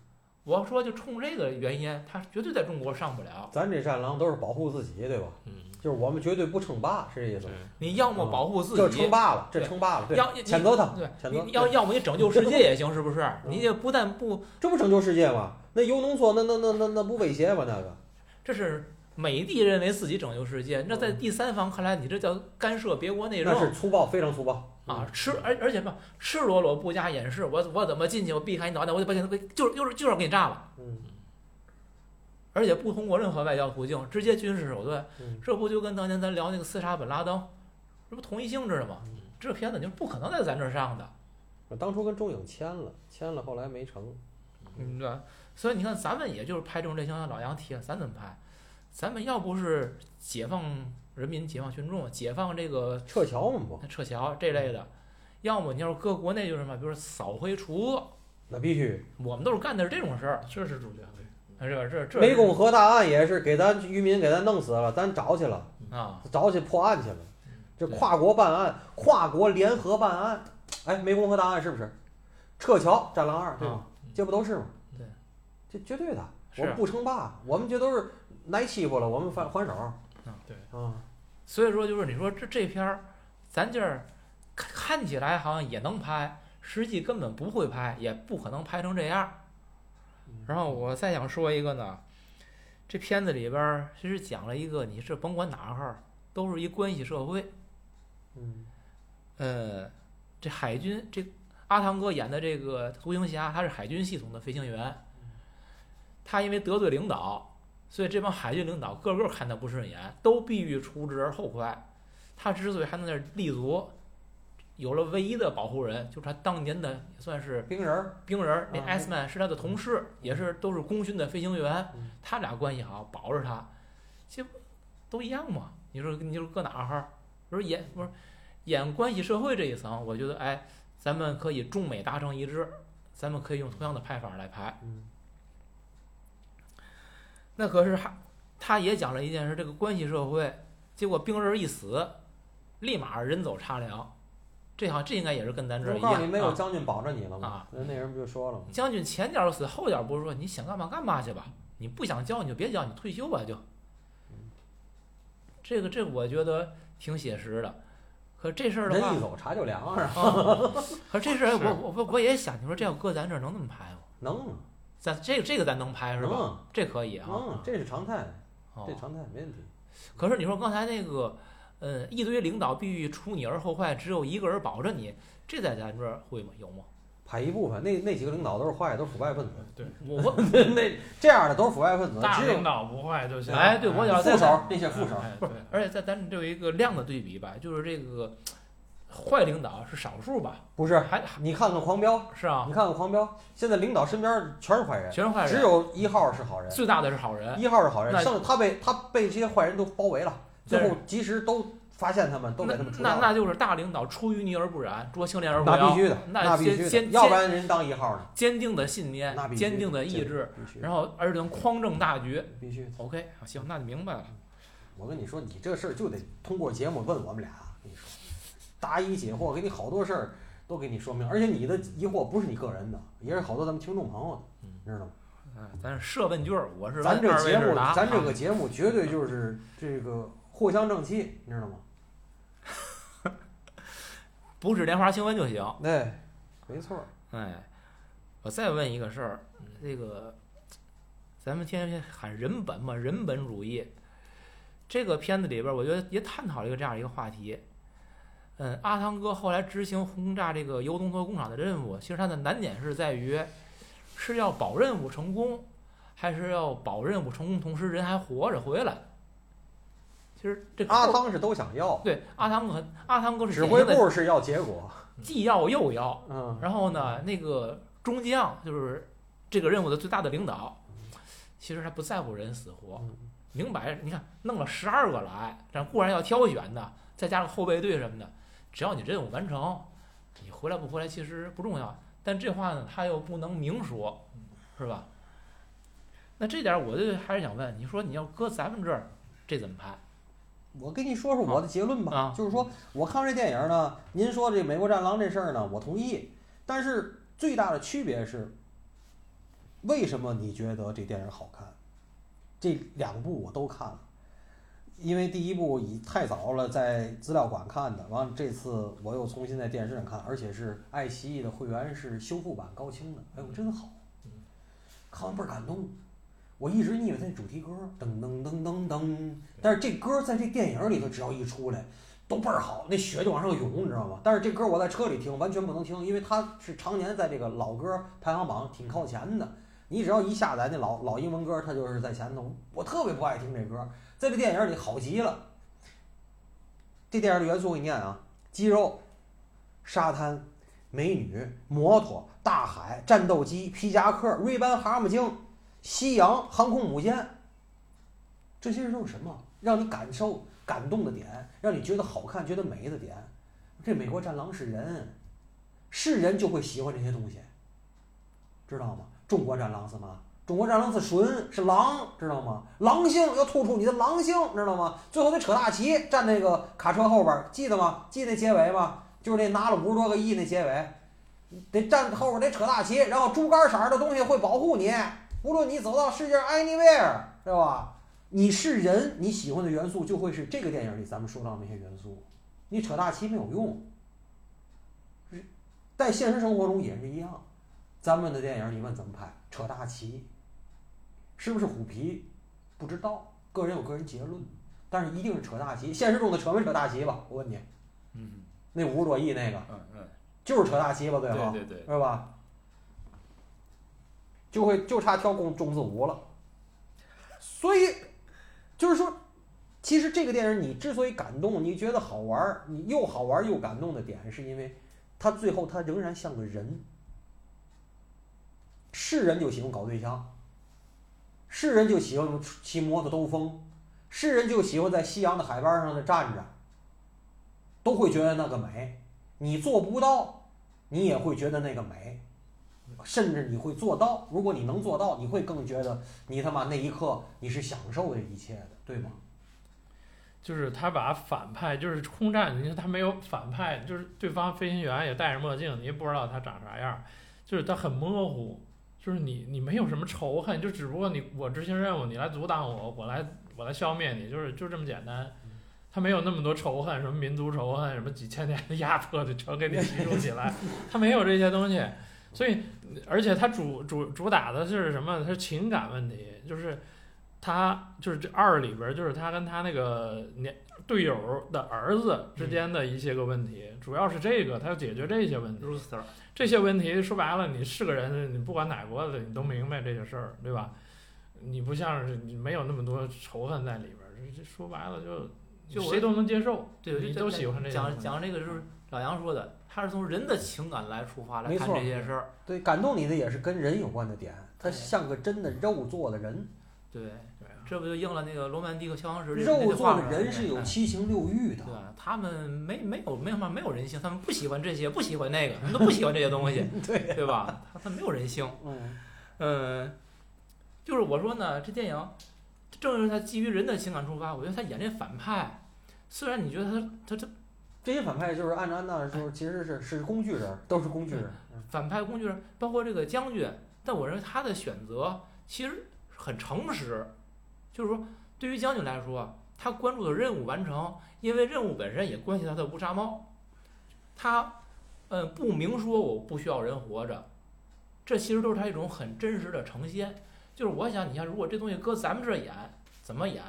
[SPEAKER 4] 我要说就冲这个原因，他绝对在中国上不了。
[SPEAKER 2] 咱这战狼都是保护自己，对吧？
[SPEAKER 3] 嗯，
[SPEAKER 2] 就是我们绝对不称霸，是这意思吗？
[SPEAKER 4] 你要
[SPEAKER 2] 嗯
[SPEAKER 4] 么保护自
[SPEAKER 2] 这
[SPEAKER 4] 己
[SPEAKER 2] 称，霸了，这
[SPEAKER 4] 对
[SPEAKER 2] 称霸了，对，
[SPEAKER 4] 要你
[SPEAKER 2] 谴责他，
[SPEAKER 4] 对，
[SPEAKER 2] 谴
[SPEAKER 4] 你
[SPEAKER 2] 责
[SPEAKER 4] 你要要么你拯救世界也行，是不是？
[SPEAKER 2] 嗯
[SPEAKER 4] 你也不但不，
[SPEAKER 2] 这不拯救世界吗？那铀浓缩，那那那那那不威胁吗？那个，
[SPEAKER 4] 这是美帝认为自己拯救世界，那在
[SPEAKER 2] 嗯
[SPEAKER 4] 第三方看来，你这叫干涉别国内
[SPEAKER 2] 那
[SPEAKER 4] 政
[SPEAKER 2] 是粗暴，非常粗暴嗯
[SPEAKER 4] 啊！！赤而而且嘛，赤裸裸不加掩饰，我我怎么进去？我避开你脑袋，我就把你就是就是就是要给你炸了，
[SPEAKER 2] 嗯
[SPEAKER 4] 而且不通过任何外交途径，直接军事手段，
[SPEAKER 2] 嗯
[SPEAKER 4] 这不就跟当年咱聊那个刺杀本拉登，这不同一性质的吗？
[SPEAKER 2] 嗯
[SPEAKER 4] 这片子就不可能在咱这儿上的。
[SPEAKER 2] 我当初跟中影签了，签了后来没成。
[SPEAKER 4] 嗯，对吧。所以你看，咱们也就是拍这种类型，像老杨提了，咱怎么拍？咱们要不是解放人民、解放群众、解放这个
[SPEAKER 2] 撤侨嘛不，
[SPEAKER 4] 撤侨这类的，要么你要是搁国内就是什么，比如说扫黑除恶，
[SPEAKER 2] 那必须。
[SPEAKER 4] 我们都是干的是这种事儿，
[SPEAKER 3] 这是主旋律。
[SPEAKER 4] 是吧？这这
[SPEAKER 2] 湄公河大案也是给咱渔民给咱弄死了，咱找去了，
[SPEAKER 4] 啊，
[SPEAKER 2] 找去破案去了。这跨国办案，跨国联合办案，哎，湄公河大案是不是？撤侨《战狼二》对吧？这不都是吗？
[SPEAKER 4] 啊对，
[SPEAKER 2] 这绝对的，
[SPEAKER 4] 是
[SPEAKER 2] 我
[SPEAKER 4] 啊
[SPEAKER 2] 们不称霸，我们这都是挨欺负了，我们反还手。
[SPEAKER 3] 对
[SPEAKER 2] 啊，
[SPEAKER 4] 所以说就是你说这这片儿，咱这儿看看起来好像也能拍，实际根本不会拍，也不可能拍成这样。然后我再想说一个呢，这片子里边儿其实讲了一个，你是甭管哪哈儿，都是一关系社会。
[SPEAKER 2] 嗯
[SPEAKER 4] 呃，这海军这阿汤哥演的这个独行侠，他是海军系统的飞行员，他因为得罪领导，所以这帮海军领导个个看他不顺眼，都必须除之而后快。他之所以还在那儿立足，有了唯一的保护人，就是他当年的也算是
[SPEAKER 2] 冰人儿，
[SPEAKER 4] 冰人儿，那
[SPEAKER 2] 啊
[SPEAKER 4] S man 是他的同事，也是都是空军的飞行员
[SPEAKER 2] 嗯，
[SPEAKER 4] 他俩关系好，保着他，这不都一样嘛？你说你说搁哪儿哈？不是演不是演关系社会这一层，我觉得哎，咱们可以中美达成一致，咱们可以用同样的拍法来拍。
[SPEAKER 2] 嗯
[SPEAKER 4] 那可是还他也讲了一件事，这个关系社会，结果冰人一死，立马人走茶凉，这好像这应该也是跟咱这儿
[SPEAKER 2] 我
[SPEAKER 4] 一
[SPEAKER 2] 告诉你，没
[SPEAKER 4] 样
[SPEAKER 2] 有
[SPEAKER 4] 啊。
[SPEAKER 2] 将军保着你了吗
[SPEAKER 4] 啊？
[SPEAKER 2] 那那人不就说了吗？
[SPEAKER 4] 将军前脚死，后脚不是说你想干嘛干嘛去吧，你不想教你就别教，你退休吧就。
[SPEAKER 2] 嗯
[SPEAKER 4] 这个这我觉得挺写实的，可这事儿的话
[SPEAKER 2] 人一，走茶就凉啊，
[SPEAKER 4] 啊， 可这事儿
[SPEAKER 3] 是
[SPEAKER 4] 我我我我也想，你说这要搁咱这儿能那么拍吗？
[SPEAKER 2] 能啊
[SPEAKER 4] 咱这个这个咱能拍是
[SPEAKER 2] 能
[SPEAKER 4] 吧？
[SPEAKER 2] 啊
[SPEAKER 4] 这可以啊。
[SPEAKER 2] 能啊，这是常态，
[SPEAKER 4] 哦
[SPEAKER 2] 这常态没问题。
[SPEAKER 4] 可是你说刚才那个，呃，一堆领导必欲除你而后快，只有一个人保着你，这在咱这儿会吗？有吗？
[SPEAKER 2] 拍一部分，那那几个领导都是坏，都是腐败 分子。
[SPEAKER 3] 嗯对，
[SPEAKER 4] 我我
[SPEAKER 2] 那这样的都是腐败分子，
[SPEAKER 3] 大
[SPEAKER 2] 只
[SPEAKER 3] 领
[SPEAKER 2] 有
[SPEAKER 3] 导不坏就
[SPEAKER 2] 啊
[SPEAKER 3] 行。嗯
[SPEAKER 4] 哎对我想
[SPEAKER 2] 副手那些副手，
[SPEAKER 3] 哎
[SPEAKER 4] 不
[SPEAKER 3] 对
[SPEAKER 4] 是，而且在咱这有一个量的对比吧，就是这个坏领导是少数吧，
[SPEAKER 2] 不是？
[SPEAKER 4] 还还
[SPEAKER 2] 你看看《狂飙》，
[SPEAKER 4] 是啊
[SPEAKER 2] 你，看看《狂飙》，现在领导身边全是坏人，
[SPEAKER 4] 全是坏人，
[SPEAKER 2] 只有一号是好人，
[SPEAKER 4] 最大的是好人，
[SPEAKER 2] 一号是好人，
[SPEAKER 4] 那
[SPEAKER 2] 剩他被他被这些坏人都包围了，
[SPEAKER 4] 对
[SPEAKER 2] 最后及时都发现他们，都
[SPEAKER 4] 那
[SPEAKER 2] 给他们除
[SPEAKER 4] 那
[SPEAKER 2] 掉了。
[SPEAKER 4] 那就是大领导出淤泥而不染，濯清涟而不
[SPEAKER 2] 啊那必
[SPEAKER 4] 妖，
[SPEAKER 2] 须的，
[SPEAKER 4] 那
[SPEAKER 2] 那必
[SPEAKER 4] 先
[SPEAKER 2] 须的，
[SPEAKER 4] 先
[SPEAKER 2] 要不然人当一号呢？
[SPEAKER 4] 坚定的信念
[SPEAKER 2] 那必，须
[SPEAKER 4] 坚定的意志，
[SPEAKER 2] 必须的，
[SPEAKER 4] 然后而且能匡正大局。
[SPEAKER 2] 必须的。
[SPEAKER 4] OK，好行，那就明白了。
[SPEAKER 2] 我跟你说，你这事儿就得通过节目问我们俩。跟你说，答疑解惑，给你好多事儿都给你说明，而且你的疑惑不是你个人的，也是好多咱们听众朋友的，你知道吗？
[SPEAKER 4] 哎，咱是设问句儿，我嗯是
[SPEAKER 2] 咱这
[SPEAKER 4] 问二位
[SPEAKER 2] 节目，
[SPEAKER 4] 是答，
[SPEAKER 2] 咱这
[SPEAKER 4] 啊
[SPEAKER 2] 个节目绝对就是这个藿香正气，你知道吗？
[SPEAKER 4] 不止莲花清瘟就行。
[SPEAKER 2] 对，没错儿。
[SPEAKER 4] 哎，我再问一个事儿，嗯这个咱们天天喊人本嘛，人本主义。这个片子里边儿，我觉得也探讨了一个这样一个话题。嗯，阿汤哥后来执行轰炸这个油浓缩工厂的任务，其实他的难点是在于，是要保任务成功，还是要保任务成功同时人还活着回来？其实这
[SPEAKER 2] 阿
[SPEAKER 4] 扣
[SPEAKER 2] 汤是都想要，
[SPEAKER 4] 对阿汤哥，阿汤哥是
[SPEAKER 2] 指
[SPEAKER 4] 典
[SPEAKER 2] 挥
[SPEAKER 4] 型 的
[SPEAKER 2] 部是要结果，
[SPEAKER 4] 既要又要，
[SPEAKER 2] 嗯，
[SPEAKER 4] 然后呢，那个中将就是这个任务的最大的领导，其实他不在乎人死活，
[SPEAKER 3] 嗯
[SPEAKER 4] 明摆着，你看弄了十二个来，咱固然要挑选的，再加上后备队什么的，只要你任务完成，你回来不回来其实不重要。但这话呢，他又不能明说，是吧？那这点儿我就还是想问，你说你要搁咱们这儿，这怎么拍？
[SPEAKER 2] 我跟你说说我的结论吧，
[SPEAKER 4] 啊
[SPEAKER 2] 就是说我看完这电影呢，您说这美国战狼这事儿呢，我同意，但是最大的区别是，为什么你觉得这电影好看？这两部我都看了，因为第一部已太早了，在资料馆看的，完了这次我又重新在电视上看，而且是爱奇艺的会员是修复版高清的，哎呦真好，看完倍儿感动。我一直以为它那主题歌噔噔噔噔噔，但是这歌在这电影里头只要一出来，都倍儿好，那血就往上涌，你知道吗？但是这歌我在车里听完全不能听，因为它是常年在这个老歌排行榜挺靠前的。你只要一下载那老老英文歌，它就是在前头。我特别不爱听这歌，在这电影里好极了。这电影的元素我给你念啊：肌肉、沙滩、美女、摩托、大海、战斗机、皮夹克、瑞班蛤蟆精。西洋航空母舰，这些都是什么？让你感受感动的点，让你觉得好看、觉得美的点。这美国战狼是人，是人就会喜欢这些东西，知道吗？中国战狼是嘛？中国战狼是纯，是狼，知道吗？狼性要突出你的狼性，知道吗？最后得扯大旗，站那个卡车后边儿，记得吗？记那结尾吗？就是那拿了五十多个亿那结尾，得站后边儿得扯大旗，然后猪肝色儿的东西会保护你，无论你走到世界上 anywhere，对吧？你是人，你喜欢的元素就会是这个电影里咱们说到的那些元素。你扯大旗没有用，是在现实生活中也是一样。咱们的电影你问怎么拍，扯大旗，是不是虎皮？不知道，个人有个人结论，但是一定是扯大旗。现实中的扯没扯大旗吧？我问你，
[SPEAKER 4] 嗯
[SPEAKER 2] 那五十多亿那个
[SPEAKER 4] 嗯嗯，
[SPEAKER 2] 就是扯大旗吧？最后。
[SPEAKER 3] 对对，
[SPEAKER 2] 是吧？就会就差跳中中字舞了。所以就是说，其实这个电影你之所以感动，你觉得好玩儿，你又好玩儿又感动的点，是因为它最后它仍然像个人，是人就喜欢搞对象，是人就喜欢骑摩托兜风，是人就喜欢在西洋的海湾上那站着，都会觉得那个美。你做不到，你也会觉得那个美，甚至你会做到。如果你能做到，你会更觉得你他妈那一刻你是享受这一切的，对吗？
[SPEAKER 3] 就是他把反派，就是空战，你看他没有反派，就是对方飞行员也戴着墨镜，你也不知道他长啥样，就是他很模糊，就是你你没有什么仇恨，就只不过你我执行任务，你来阻挡我，我来我来消灭你，就是就这么简单。他没有那么多仇恨，什么民族仇恨，什么几千年的压迫就全给你提出起来，他没有这些东西，所以而且他主主主打的是什么？他是情感问题，就是他就是这二里边儿就是他跟他那个年队友的儿子之间的一些个问题，主要是这个，他要解决这些问题。
[SPEAKER 4] ，Rooster，
[SPEAKER 3] 这些问题说白了，你是个人，你不管哪国的，你都明白这些事儿，对吧？你不像是你没有那么多仇恨在里边儿，这这说白了就
[SPEAKER 4] 就我
[SPEAKER 3] 谁都能接受，
[SPEAKER 4] 对，我就
[SPEAKER 3] 你
[SPEAKER 4] 觉
[SPEAKER 3] 都
[SPEAKER 4] 得
[SPEAKER 3] 喜欢这
[SPEAKER 4] 讲
[SPEAKER 3] 个。
[SPEAKER 4] 讲这个就是老杨说的，他是从人的情感来出发来
[SPEAKER 2] 没
[SPEAKER 4] 看
[SPEAKER 2] 错
[SPEAKER 4] 这件事儿，
[SPEAKER 2] 对，感动你的也是跟人有关的点，它
[SPEAKER 4] 对
[SPEAKER 2] 像个真的肉做的人，
[SPEAKER 4] 对，
[SPEAKER 3] 对啊
[SPEAKER 4] 这不就应了那个《罗曼蒂克消亡史》这那
[SPEAKER 2] 肉
[SPEAKER 4] 句
[SPEAKER 2] 做
[SPEAKER 4] 话
[SPEAKER 2] 的
[SPEAKER 4] 吗
[SPEAKER 2] 人是有七情六欲的
[SPEAKER 4] 对。吧？他们没没有没有嘛没有人性，他们不喜欢这些，不喜欢那个，他们都不喜欢这些东西，
[SPEAKER 2] 对，
[SPEAKER 4] 对吧？他他没有人性。
[SPEAKER 2] 嗯，
[SPEAKER 4] 嗯，就是我说呢，这电影正是他基于人的情感出发，我觉得他演这反派，虽然你觉得他他这
[SPEAKER 2] 这些反派就是按照安娜说，其实是是工具人，都是工具人。嗯
[SPEAKER 4] 反派工具人，包括这个将军，但我认为他的选择其实很诚实，就是说对于将军来说，他关注的任务完成，因为任务本身也关系到他的乌纱帽，他嗯不明说我不需要人活着，这其实都是他一种很真实的呈现。就是我想，你看，如果这东西搁咱们这儿演，怎么演？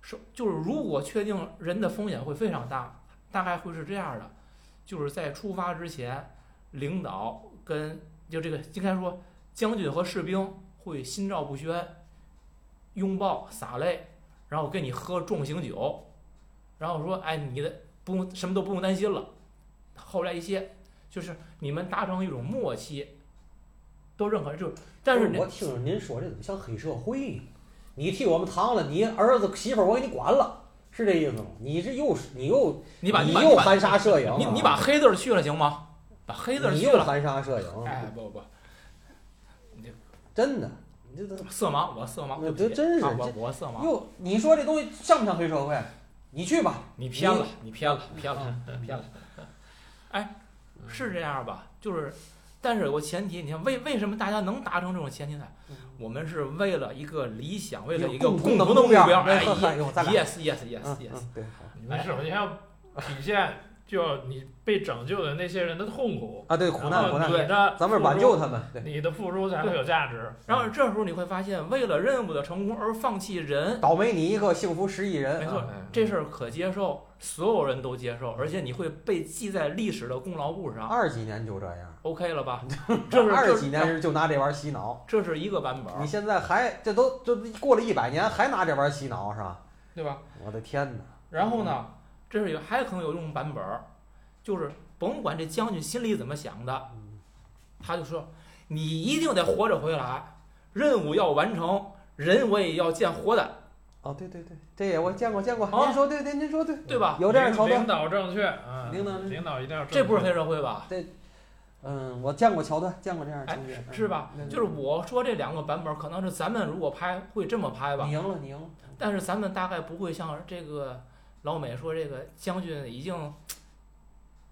[SPEAKER 4] 是就是如果确定人的风险会非常大，大概会是这样的，就是在出发之前，领导跟就这个应该说将军和士兵会心照不宣，拥抱洒泪，然后跟你喝壮行酒，然后说哎你的不用什么都不用担心了。后来一些就是你们达成一种默契，都认可就是，但是
[SPEAKER 2] 我听着您说这怎么像黑社会？你替我们扛了，你儿子媳妇儿我给你管了，是这意思吗？你这又是你又
[SPEAKER 4] 你把
[SPEAKER 2] 你
[SPEAKER 4] 把
[SPEAKER 2] 又
[SPEAKER 4] 把
[SPEAKER 2] 含沙射影啊，
[SPEAKER 4] 你你把黑字儿去了行吗？把黑字儿
[SPEAKER 2] 你
[SPEAKER 4] 去哎
[SPEAKER 2] 又
[SPEAKER 4] 了。
[SPEAKER 2] 含沙射影，
[SPEAKER 4] 哎，不不，
[SPEAKER 2] 真的，这都
[SPEAKER 4] 色盲，我色盲，
[SPEAKER 2] 我
[SPEAKER 4] 对不起
[SPEAKER 2] 这真是
[SPEAKER 4] 啊我
[SPEAKER 2] 这
[SPEAKER 4] 我色盲，
[SPEAKER 2] 又你说这东西像不像黑社会？你去吧，
[SPEAKER 4] 你偏了，你偏了，偏了，
[SPEAKER 2] 啊
[SPEAKER 4] 偏了。哎，
[SPEAKER 2] 嗯
[SPEAKER 4] 是这样吧？就是，但是有个前提，你看为为什么大家能达成这种前提呢
[SPEAKER 2] 嗯？
[SPEAKER 4] 我们是为了一个理想，为了一个
[SPEAKER 2] 有共
[SPEAKER 4] 共
[SPEAKER 2] 同的
[SPEAKER 4] 同的目
[SPEAKER 2] 目标
[SPEAKER 4] 标。哎
[SPEAKER 2] 呵呵有咱俩
[SPEAKER 4] ，yes yes yes
[SPEAKER 2] 嗯
[SPEAKER 4] yes，
[SPEAKER 2] 嗯，对，好
[SPEAKER 3] 没事，你还要体现就你被拯救的那些人的痛苦，
[SPEAKER 2] 啊，对，苦难苦难，
[SPEAKER 3] 对的，
[SPEAKER 2] 咱们是挽救他们，对，
[SPEAKER 3] 你的付出才会有价值。
[SPEAKER 4] 然后这时候你会发现，为了任务的成功而放弃人，
[SPEAKER 2] 倒霉你一个，幸福十亿人，
[SPEAKER 4] 没错
[SPEAKER 2] 啊
[SPEAKER 4] 这事儿可接受，所有人都接受，而且你会被记在历史的功劳簿上。
[SPEAKER 2] 二几年就这样，
[SPEAKER 4] OK 了 吧？这是啊
[SPEAKER 2] 二
[SPEAKER 4] 这
[SPEAKER 2] 几
[SPEAKER 4] 是
[SPEAKER 2] 年是就拿这玩意儿洗脑，
[SPEAKER 4] 这是一个版本
[SPEAKER 2] 你
[SPEAKER 4] 儿，
[SPEAKER 2] 现在还这都这过了一百年还拿这玩意儿洗脑是吧？
[SPEAKER 4] 对吧？
[SPEAKER 2] 我的天哪！
[SPEAKER 4] 然后呢，
[SPEAKER 2] 嗯
[SPEAKER 4] 这是有还可能有一种版本儿，就是甭管这将军心里怎么想的，他就说你一定得活着回来，任务要完成，人我也要见活的，
[SPEAKER 2] 哦，对对对，这也我见过见过，
[SPEAKER 4] 啊
[SPEAKER 2] 您说对对，您说对，
[SPEAKER 4] 对吧？
[SPEAKER 2] 有这样的桥段，
[SPEAKER 3] 领导正确啊，
[SPEAKER 2] 领导
[SPEAKER 3] 领导一定要正确
[SPEAKER 4] 这不是黑社会吧？
[SPEAKER 2] 嗯，我见过桥段，见过这样的情节，嗯
[SPEAKER 4] 哎是吧？
[SPEAKER 2] 对对
[SPEAKER 4] 就是我说这两个版本儿，可能是咱们如果拍会这么拍吧
[SPEAKER 2] 你，赢了，你赢了，
[SPEAKER 4] 但是咱们大概不会像这个老美说这个将军已经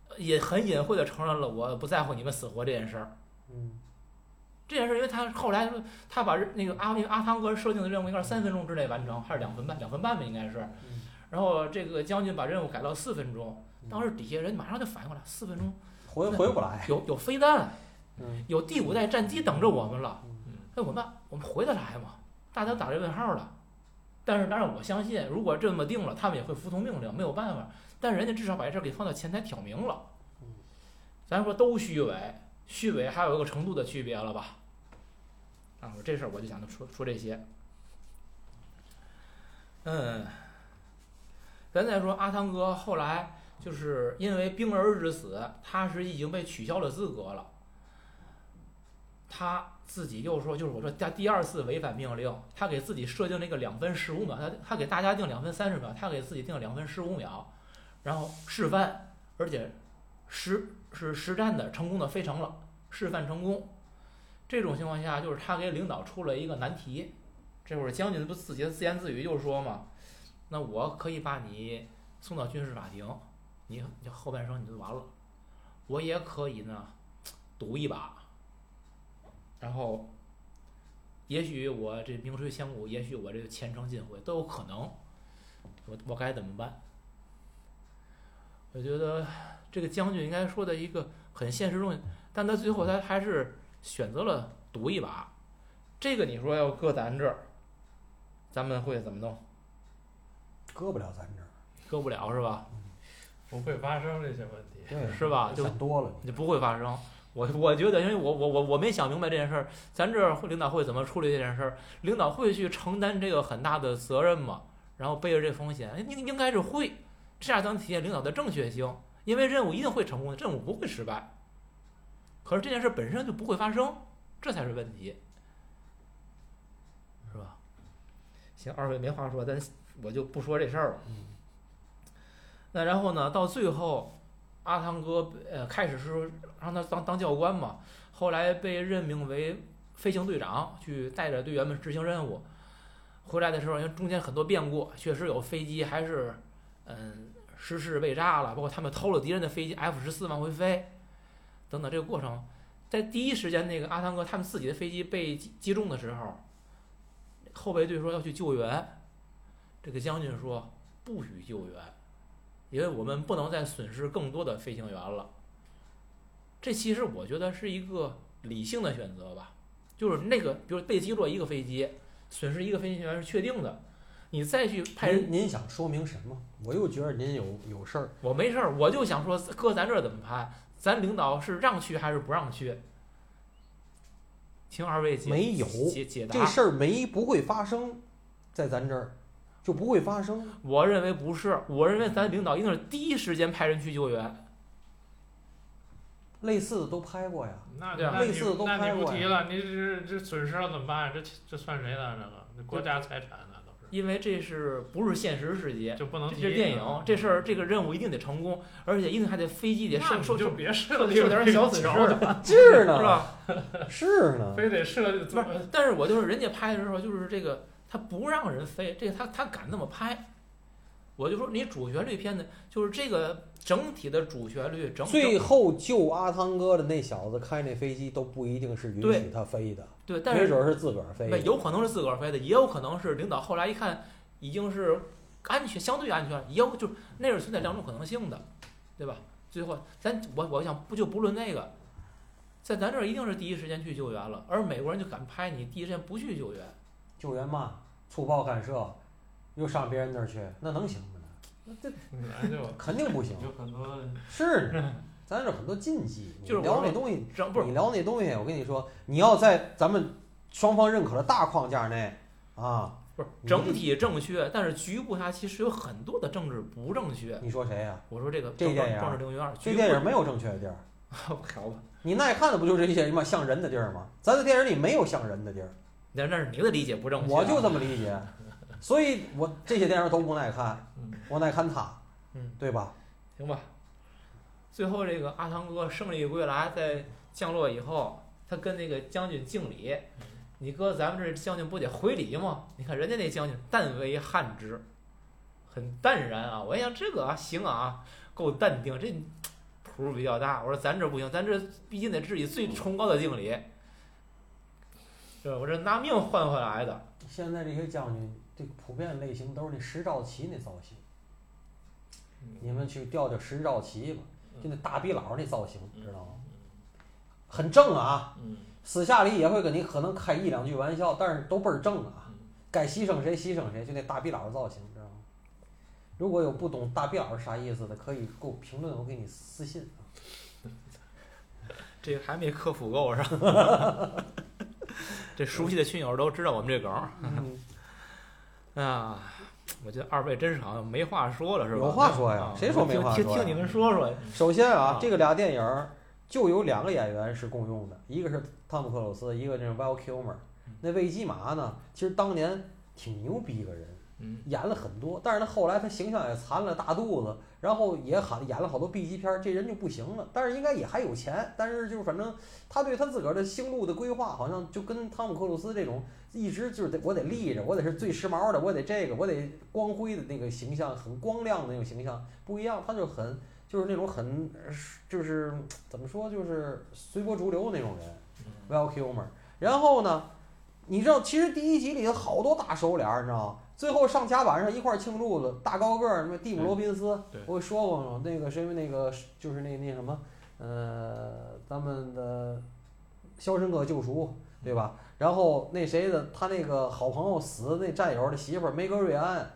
[SPEAKER 4] 呃也很隐晦的承认了我不在乎你们死活这件事儿。
[SPEAKER 2] 嗯，
[SPEAKER 4] 这件事，因为他后来说他把那个阿那个阿汤哥设定的任务应该是三分钟之内完成，还是两分半？两分半吧，应该是。然后这个将军把任务改到四分钟，当时底下人马上就反应过来，四分钟
[SPEAKER 2] 回回不来，
[SPEAKER 4] 有有飞弹，
[SPEAKER 2] 哎嗯
[SPEAKER 4] 有第五代战机等着我们了
[SPEAKER 2] 嗯，
[SPEAKER 4] 那我们我们回得来吗？大家打着问号了。但是，但是我相信，如果这么定了，他们也会服从命令，没有办法。但人家至少把这事儿给放到前台挑明了
[SPEAKER 2] 嗯。
[SPEAKER 4] 咱说都虚伪，虚伪还有一个程度的区别了吧？啊，我这事儿我就想说说这些。嗯，咱再说阿汤哥后来就是因为冰儿之死，他是已经被取消了资格了。他自己又说，就是我说他第二次违反命令，他给自己设定了一个两分十五秒，他他给大家定两分三十秒，他给自己定两分十五秒，然后示范，而且实是实战的成功的飞成了，示范成功。这种情况下，就是他给领导出了一个难题，这会儿将军不自己自言自语就说嘛，那我可以把你送到军事法庭，你你后半生你就完了，我也可以呢，赌一把。然后，也许我这名垂千古，也许我这个前程尽毁都有可能。我我该怎么办？我觉得这个将军应该说的一个很现实的东西，但他最后他还是选择了赌一把。这个你说要搁咱这儿，咱们会怎么弄？
[SPEAKER 2] 搁不了咱这儿，
[SPEAKER 4] 搁不了是吧？
[SPEAKER 3] 不会发生这些问题。
[SPEAKER 2] 对，
[SPEAKER 4] 是吧？就
[SPEAKER 2] 想多了，
[SPEAKER 4] 就不会发生。我我觉得，因为我我我我没想明白这件事儿，咱这儿会领导会怎么处理这件事儿？领导会去承担这个很大的责任吗？然后背着这风险，哎应应该是会，这样才能体现领导的正确性。因为任务一定会成功的，任务不会失败。可是这件事本身就不会发生，这才是问题，是吧？行，二位没话说，咱我就不说这事儿了。那然后呢，到最后，阿汤哥呃开始是让他当当教官嘛，后来被任命为飞行队长，去带着队员们执行任务。回来的时候，因为中间很多变故，确实有飞机还是嗯失事被炸了，包括他们偷了敌人的飞机 F 十四往回飞，等等这个过程，在第一时间那个阿汤哥他们自己的飞机被击击中的时候，后备队说要去救援，这个将军说不许救援。因为我们不能再损失更多的飞行员了。这其实我觉得是一个理性的选择吧，就是那个，比如被击落一个飞机，损失一个飞行员是确定的，你再去派人
[SPEAKER 2] 您您想说明什么？我又觉得您有有事儿，
[SPEAKER 4] 我没事儿，我就想说，搁咱这儿怎么拍？咱领导是让去还是不让去？请二位解
[SPEAKER 2] 没有
[SPEAKER 4] 解解
[SPEAKER 2] 这
[SPEAKER 4] 答。
[SPEAKER 2] 事儿没不会发生，在咱这儿就不会发生。
[SPEAKER 4] 我认为不是，我认为咱领导一定是第一时间派人去救援。
[SPEAKER 2] 类似的都拍过呀，
[SPEAKER 3] 那
[SPEAKER 4] 对啊
[SPEAKER 3] 那你
[SPEAKER 2] 类似的都
[SPEAKER 3] 那
[SPEAKER 2] 拍
[SPEAKER 3] 你
[SPEAKER 2] 过呀
[SPEAKER 3] 不啊提了，你这这损失了怎么办？这这算谁的？这个这国家财产呢，都是。
[SPEAKER 4] 因为这是不是现实世界？
[SPEAKER 3] 就不能
[SPEAKER 4] 这
[SPEAKER 3] 提
[SPEAKER 4] 这电影这事儿，这个任务一定得成功，而且一定还得飞机得
[SPEAKER 3] 那
[SPEAKER 4] 受
[SPEAKER 3] 你
[SPEAKER 4] 受
[SPEAKER 3] 就
[SPEAKER 4] 受
[SPEAKER 3] 别设
[SPEAKER 4] 受
[SPEAKER 3] 立
[SPEAKER 4] 有点
[SPEAKER 3] 这个
[SPEAKER 4] 小损失，
[SPEAKER 3] 桥
[SPEAKER 4] 是吧？
[SPEAKER 2] 啊 是呢，是呢，
[SPEAKER 3] 非得设立
[SPEAKER 4] 不是，但是我就是人家拍的时候，就是这个他不让人飞，这个他他敢那么拍，我就说你主旋律片的，就是这个整体的主旋律，整
[SPEAKER 2] 最
[SPEAKER 4] 整
[SPEAKER 2] 后救阿汤哥的那小子开那飞机都不一定是允许
[SPEAKER 4] 对
[SPEAKER 2] 他飞的，
[SPEAKER 4] 对，但
[SPEAKER 2] 没
[SPEAKER 4] 是
[SPEAKER 2] 准儿是自个儿飞
[SPEAKER 4] 那
[SPEAKER 2] 的。
[SPEAKER 4] 有可能是自个儿飞的，也有可能是领导后来一看已经是安全相对安全了，也有就是那是存在两种可能性的，对吧？最后咱我我想不就不论那个，在咱这儿一定是第一时间去救援了，而美国人就敢拍你第一时间不去救援，
[SPEAKER 2] 救援嘛，粗暴干涉，又上别人那儿去，那能行吗？那这
[SPEAKER 3] 本来就
[SPEAKER 2] 肯定不行。
[SPEAKER 3] 有很多
[SPEAKER 2] 是 呢，咱这很多禁忌，你
[SPEAKER 4] 就是我
[SPEAKER 2] 聊
[SPEAKER 4] 说
[SPEAKER 2] 那东西，
[SPEAKER 4] 整不是
[SPEAKER 2] 你聊那东西，我跟你说，你要在咱们双方认可的大框架内啊，
[SPEAKER 4] 不是
[SPEAKER 2] 你
[SPEAKER 4] 整体正确，但是局部它其实有很多的政治不正确。
[SPEAKER 2] 你说谁呀、
[SPEAKER 4] 我说这个
[SPEAKER 2] 这
[SPEAKER 4] 政
[SPEAKER 2] 电影
[SPEAKER 4] 政治零零二，
[SPEAKER 2] 这
[SPEAKER 4] 局部
[SPEAKER 2] 电影没有正确的地儿，
[SPEAKER 4] 好吧？
[SPEAKER 2] 你耐看的不就是这些嘛像人的地儿吗？咱的电影里没有像人的地儿。
[SPEAKER 4] 那那是你的理解不正确啊，
[SPEAKER 2] 我就这么理解，所以我这些电影都不耐看
[SPEAKER 3] 嗯，
[SPEAKER 2] 我耐看它，
[SPEAKER 4] 嗯，
[SPEAKER 2] 对吧？
[SPEAKER 4] 行吧。最后这个阿汤哥胜利归来，在降落以后，他跟那个将军敬礼。你哥，咱们这将军不得回礼吗？你看人家那将军但为汉之，很淡然啊。我一想这个啊行啊，够淡定，这谱儿比较大。我说咱这不行，咱这毕竟得致以最崇高的敬礼。对，我这拿命换回来的，
[SPEAKER 2] 现在这些将军，这个普遍类型都是那石兆旗那造型，
[SPEAKER 4] 嗯
[SPEAKER 2] 你们去调调石兆旗吧，就那大鼻佬那造型，
[SPEAKER 4] 嗯
[SPEAKER 2] 知道吗？很正啊，
[SPEAKER 3] 嗯
[SPEAKER 2] 私下里也会跟你可能开一两句玩笑，但是都倍儿正啊
[SPEAKER 3] 嗯，
[SPEAKER 2] 该牺牲谁牺牲谁，就那大鼻佬造型，知道吗？如果有不懂大鼻佬是啥意思的，可以给我评论，我给你私信啊。
[SPEAKER 4] 这个还没科普够是吧？ 这熟悉的群友都知道我们这梗儿。
[SPEAKER 2] 嗯
[SPEAKER 4] 啊，我觉得二位真是好像没话说了，是吧？
[SPEAKER 2] 有话说呀
[SPEAKER 4] 啊
[SPEAKER 2] 谁说没话说呀
[SPEAKER 4] 听听听你们说说，
[SPEAKER 2] 首先啊
[SPEAKER 4] 啊，
[SPEAKER 2] 这个俩电影儿就有两个演员是共用的，一个是汤姆克鲁斯，一个是 Val Kilmer
[SPEAKER 4] 嗯。
[SPEAKER 2] 那魏基麻呢，其实当年挺牛逼一个人，
[SPEAKER 4] 嗯，
[SPEAKER 2] 演了很多，但是他后来他形象也残了，大肚子，然后也喊演了好多 B 级片儿，这人就不行了。但是应该也还有钱，但是就是反正他对他自个儿的星路的规划，好像就跟汤姆克鲁斯这种一直就是得我得立着，我得是最时髦的，我得这个，我得光辉的那个形象，很光亮的那种形象不一样，他就很就是那种很呃就是怎么说就是随波逐流那种人，Val Kilmer。然后呢，你知道，其实第一集里有好多大手脸儿，你知道吗？最后上甲板上一块儿庆祝的，大高个儿，什么蒂姆·罗宾斯
[SPEAKER 3] 对，
[SPEAKER 2] 我说过那个谁，那个就是那那什么，呃，咱们的《肖申克救赎》，对吧？然后那谁的，他那个好朋友死的那战友的媳妇儿梅格瑞安，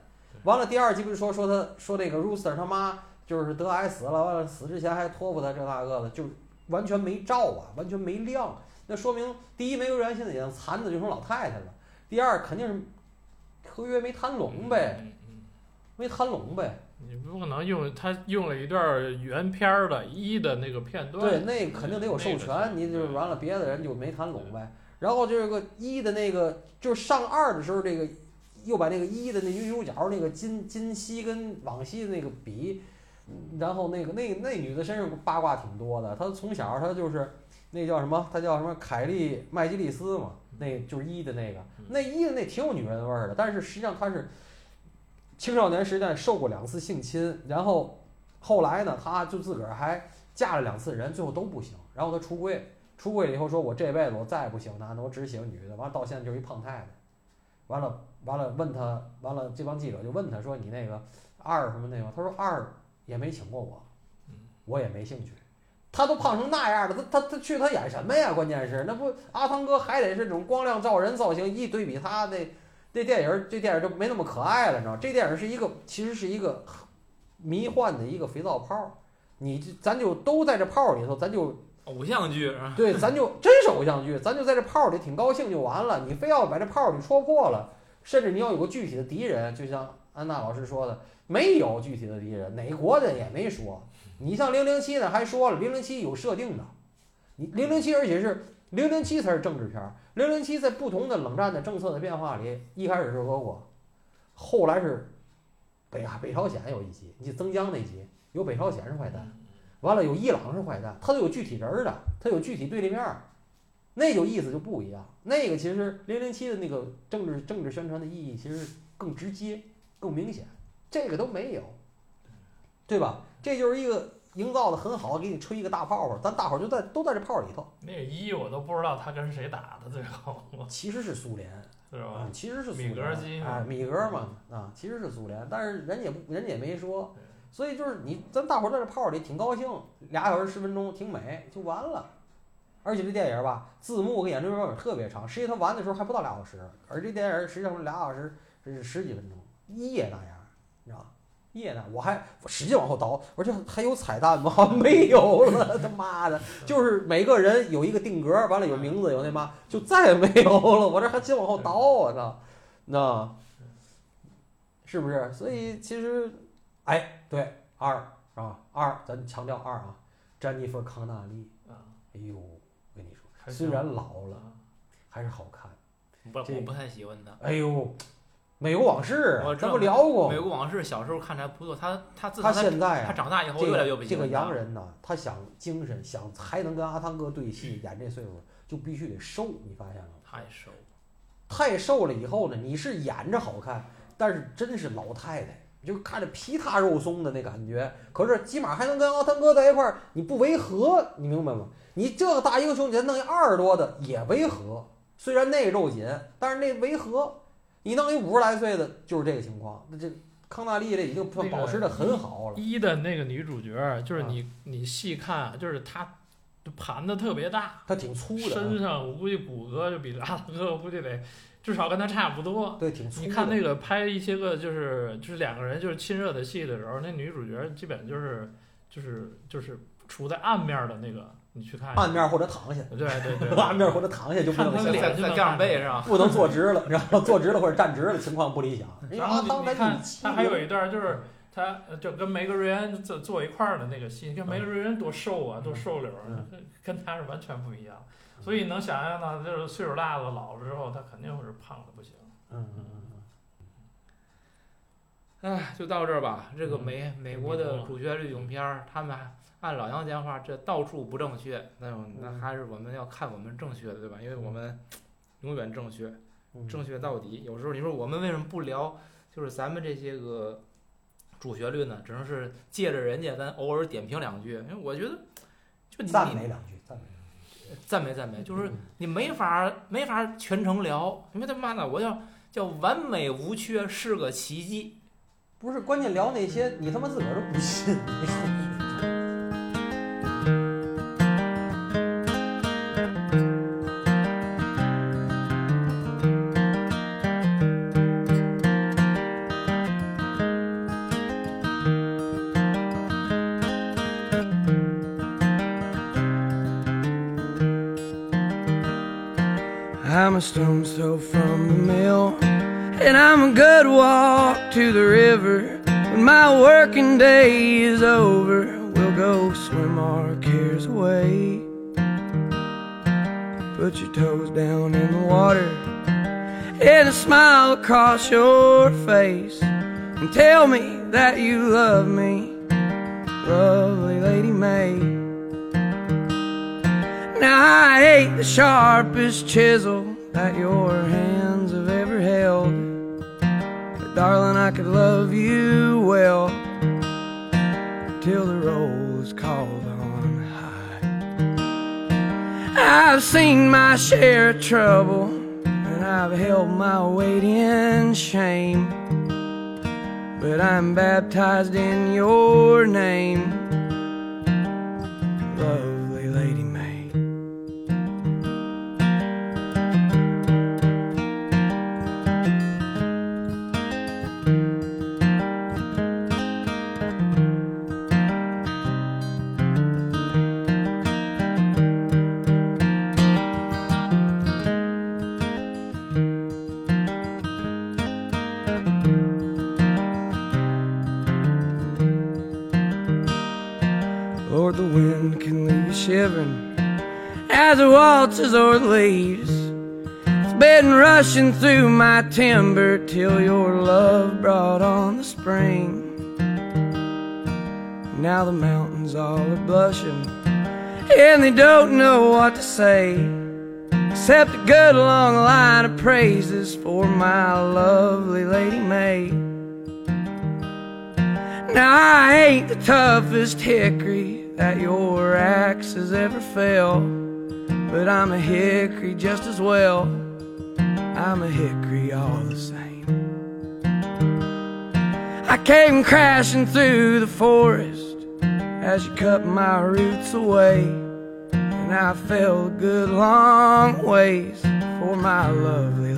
[SPEAKER 2] 完了第二集不是说说他说那个 Rooster 他妈就是得癌死了，完了死之前还托付他这那个的，就完全没照啊，完全没亮。那说明第一，梅格瑞安现在已经残的就成老太太了；第二，肯定是合约没谈拢呗，
[SPEAKER 3] 嗯嗯
[SPEAKER 2] 没谈拢呗。
[SPEAKER 3] 你不可能用他用了一段原片儿的一的那个片段，
[SPEAKER 2] 对，那肯定得有授
[SPEAKER 3] 那个
[SPEAKER 2] 权，
[SPEAKER 3] 是
[SPEAKER 2] 你就是完了，别的人就没谈拢呗。然后这个一的那个，就是上二的时候，这个又把那个一的那女主角那个今今昔跟往昔的那个比，嗯然后那个那那女的身上八卦挺多的，她从小她就是那叫什么，她叫什么凯莉麦基利斯嘛，那就是一的那个，那一的那挺有女人味儿的，但是实际上她是青少年时代受过两次性侵，然后后来呢，她就自个儿还。嫁了两次人，最后都不行。然后她出柜，出柜了以后说：“我这辈子我再也不喜欢男的，我只喜欢女的。”完了到现在就是一胖太太。完了完了，问她，完了这帮记者就问她说：“你那个二什么那个？”她说：“二也没请过我，我也没兴趣。”她都胖成那样了，她她她去她演什么呀？关键是那不阿汤哥还得是那种光亮照人造型，一对比他那那电影儿，这电影儿就没那么可爱了，你知道吗？这电影儿是一个其实是一个迷幻的一个肥皂泡儿。你这咱就都在这泡里头，咱就
[SPEAKER 4] 偶像剧啊，
[SPEAKER 2] 对，咱就真是偶像剧，咱就在这泡里挺高兴就完了。你非要把这泡里戳破了，甚至你要有个具体的敌人，就像安娜老师说的，没有具体的敌人，哪国的也没说。你像零零七呢，还说了零零七有设定的，你零零七而且是零零七才是政治片儿，零零七在不同的冷战的政策的变化里，一开始是俄国，后来是北啊北朝鲜有一集，你曾江那集有北朝鲜是坏蛋，完了有伊朗是坏蛋，它都有具体人儿的，它有具体对立面儿，那就意思就不一样。那个其实零零七的那个政治政治宣传的意义其实更直接、更明显，这个都没有，对吧？这就是一个营造的很好，给你吹一个大泡泡，咱大伙儿就在都在这泡儿里头，
[SPEAKER 3] 那个一我都不知道他跟谁打的，最后
[SPEAKER 2] 其实是苏联。
[SPEAKER 3] 是吧
[SPEAKER 2] 啊？，其实是苏
[SPEAKER 3] 米格
[SPEAKER 2] 联
[SPEAKER 3] 机
[SPEAKER 2] 哎，米格嘛，啊，其实是苏联，但是人也不人家也没说，所以就是你咱大伙儿在这泡儿里挺高兴，俩小时十分钟挺美就完了。而且这电影吧，字幕跟演出版本特别长，实际它完的时候还不到俩小时，而这电影实际上俩小时是十几分钟，一夜那样，你知道吧？一夜那，我还我使劲往后倒，我说这还有彩蛋吗？ 没有了，他妈的！就是每个人有一个定格，完了有名字，有那嘛，就再也没有了。我这还劲往后倒，啊我操，那是不是？所以其实，哎，对二啊二，咱强调二啊，詹妮弗康纳利，
[SPEAKER 3] 啊，
[SPEAKER 2] 哎呦，我跟你说，
[SPEAKER 3] 还行
[SPEAKER 2] 虽然老了，
[SPEAKER 3] 啊
[SPEAKER 2] 还是好看。
[SPEAKER 4] 不，
[SPEAKER 2] 这
[SPEAKER 4] 我不太喜欢他。
[SPEAKER 2] 哎呦，美国往事啊
[SPEAKER 4] 我，知
[SPEAKER 2] 咱
[SPEAKER 4] 道
[SPEAKER 2] 不聊过
[SPEAKER 4] 美？国往事小时候看着还不错，他他
[SPEAKER 2] 哦
[SPEAKER 4] 自
[SPEAKER 2] 他
[SPEAKER 4] 从他
[SPEAKER 2] 现在
[SPEAKER 4] 他
[SPEAKER 2] 啊，
[SPEAKER 4] 长大以后
[SPEAKER 2] 这
[SPEAKER 4] 越来越不啊
[SPEAKER 2] 个
[SPEAKER 4] 喜
[SPEAKER 2] 这个
[SPEAKER 4] 欢他
[SPEAKER 2] 洋人呐，他想精神，想还能跟阿汤哥对戏，演这岁数就必须得瘦，你发现了吗？
[SPEAKER 4] 太瘦了，
[SPEAKER 2] 太瘦了以后呢，你是演着好看，但是真是老太太，就看着皮塌肉松的那感觉。可是起码还能跟阿汤哥在一块儿，你不违和，你明白吗？你这个大英雄，你再弄一二十多的也违和，虽然那肉紧，但是那违和。你弄一五十来岁的，就是这个情况。那这康纳利这已经算
[SPEAKER 3] 那个
[SPEAKER 2] 保持的很好了。
[SPEAKER 3] 一的那个女主角，就是你
[SPEAKER 2] 嗯
[SPEAKER 3] 你细看，啊就是她就盘的特别大，
[SPEAKER 2] 他挺粗的
[SPEAKER 3] 身
[SPEAKER 2] 啊，
[SPEAKER 3] 上我估计骨骼就比拉大哥估计得至少跟他差不多。
[SPEAKER 2] 对，挺粗的。
[SPEAKER 3] 你看那个拍一些个就是就是两个人就是亲热的戏的时候，那女主角基本就是就是就是处在暗面的那个，你去看一下
[SPEAKER 2] 暗面，或者躺下，
[SPEAKER 3] 对对
[SPEAKER 2] 暗
[SPEAKER 3] 对，
[SPEAKER 2] 面或者躺下就不
[SPEAKER 3] 看
[SPEAKER 2] 能
[SPEAKER 3] 他
[SPEAKER 2] 行了。
[SPEAKER 4] 在在盖上背上，
[SPEAKER 2] 不能坐直了，你知 道吗？坐直了或者站直了情况不理想。
[SPEAKER 3] 然后
[SPEAKER 2] 因为阿汤
[SPEAKER 3] 你
[SPEAKER 2] 在
[SPEAKER 3] 你看
[SPEAKER 2] 17
[SPEAKER 3] 他还有一段就是。他呃就跟梅格瑞安坐坐一块儿的那个戏，你看梅格瑞安多瘦啊，
[SPEAKER 2] 嗯
[SPEAKER 3] 多瘦溜儿
[SPEAKER 2] 嗯，
[SPEAKER 3] 跟他是完全不一样。所以能想象到，就是岁数大了老了之后，他肯定会是胖的不行。
[SPEAKER 2] 嗯嗯嗯嗯，
[SPEAKER 4] 哎，就到这儿吧。这个
[SPEAKER 3] 嗯
[SPEAKER 4] 美美国的主旋律影片儿，他们还按老杨讲话，这到处不正确。那那
[SPEAKER 2] 嗯
[SPEAKER 4] 还是我们要看我们正确的，对吧？因为我们永远正确，
[SPEAKER 2] 嗯
[SPEAKER 4] 正确到底。有时候你说我们为什么不聊，就是咱们这些个主旋律呢？只能是借着人家，咱偶尔点评两句。因为我觉得，就你
[SPEAKER 2] 赞美两句，赞美。
[SPEAKER 4] 赞美赞美，就是
[SPEAKER 2] 嗯
[SPEAKER 4] 你没法没法全程聊，因为他妈的，我要叫完美无缺是个奇迹。
[SPEAKER 2] 不是关键聊那些你他妈自个儿都不信。
[SPEAKER 5] I'm a stone's throw from the mill, and I'm a good walk to the river. When my working day is over, we'll go swim our cares away. Put your toes down in the water, and a smile across your face, and tell me that you love me, lovely Lady May. Now I hate the sharpest chisel that your hands have ever held. But darling, I could love you well till the roll is called on high. I've seen my share of trouble, and I've held my weight in shame. But I'm baptized in your name, lovely Lady May. Lord, the wind can leave you shivering as it waltzes o'er the leaves. It's been rushing through my timber till your love brought on the spring. Now the mountains all are blushing, and they don't know what to say. Except a good long line of praises for my lovely Lady May. Now I ain't the toughest hickory that your axe has ever fell, but I'm a hickory just as well. I'm a hickory all the same. I came crashing through the forest as you cut my roots away, and I fell a good long ways for my lovely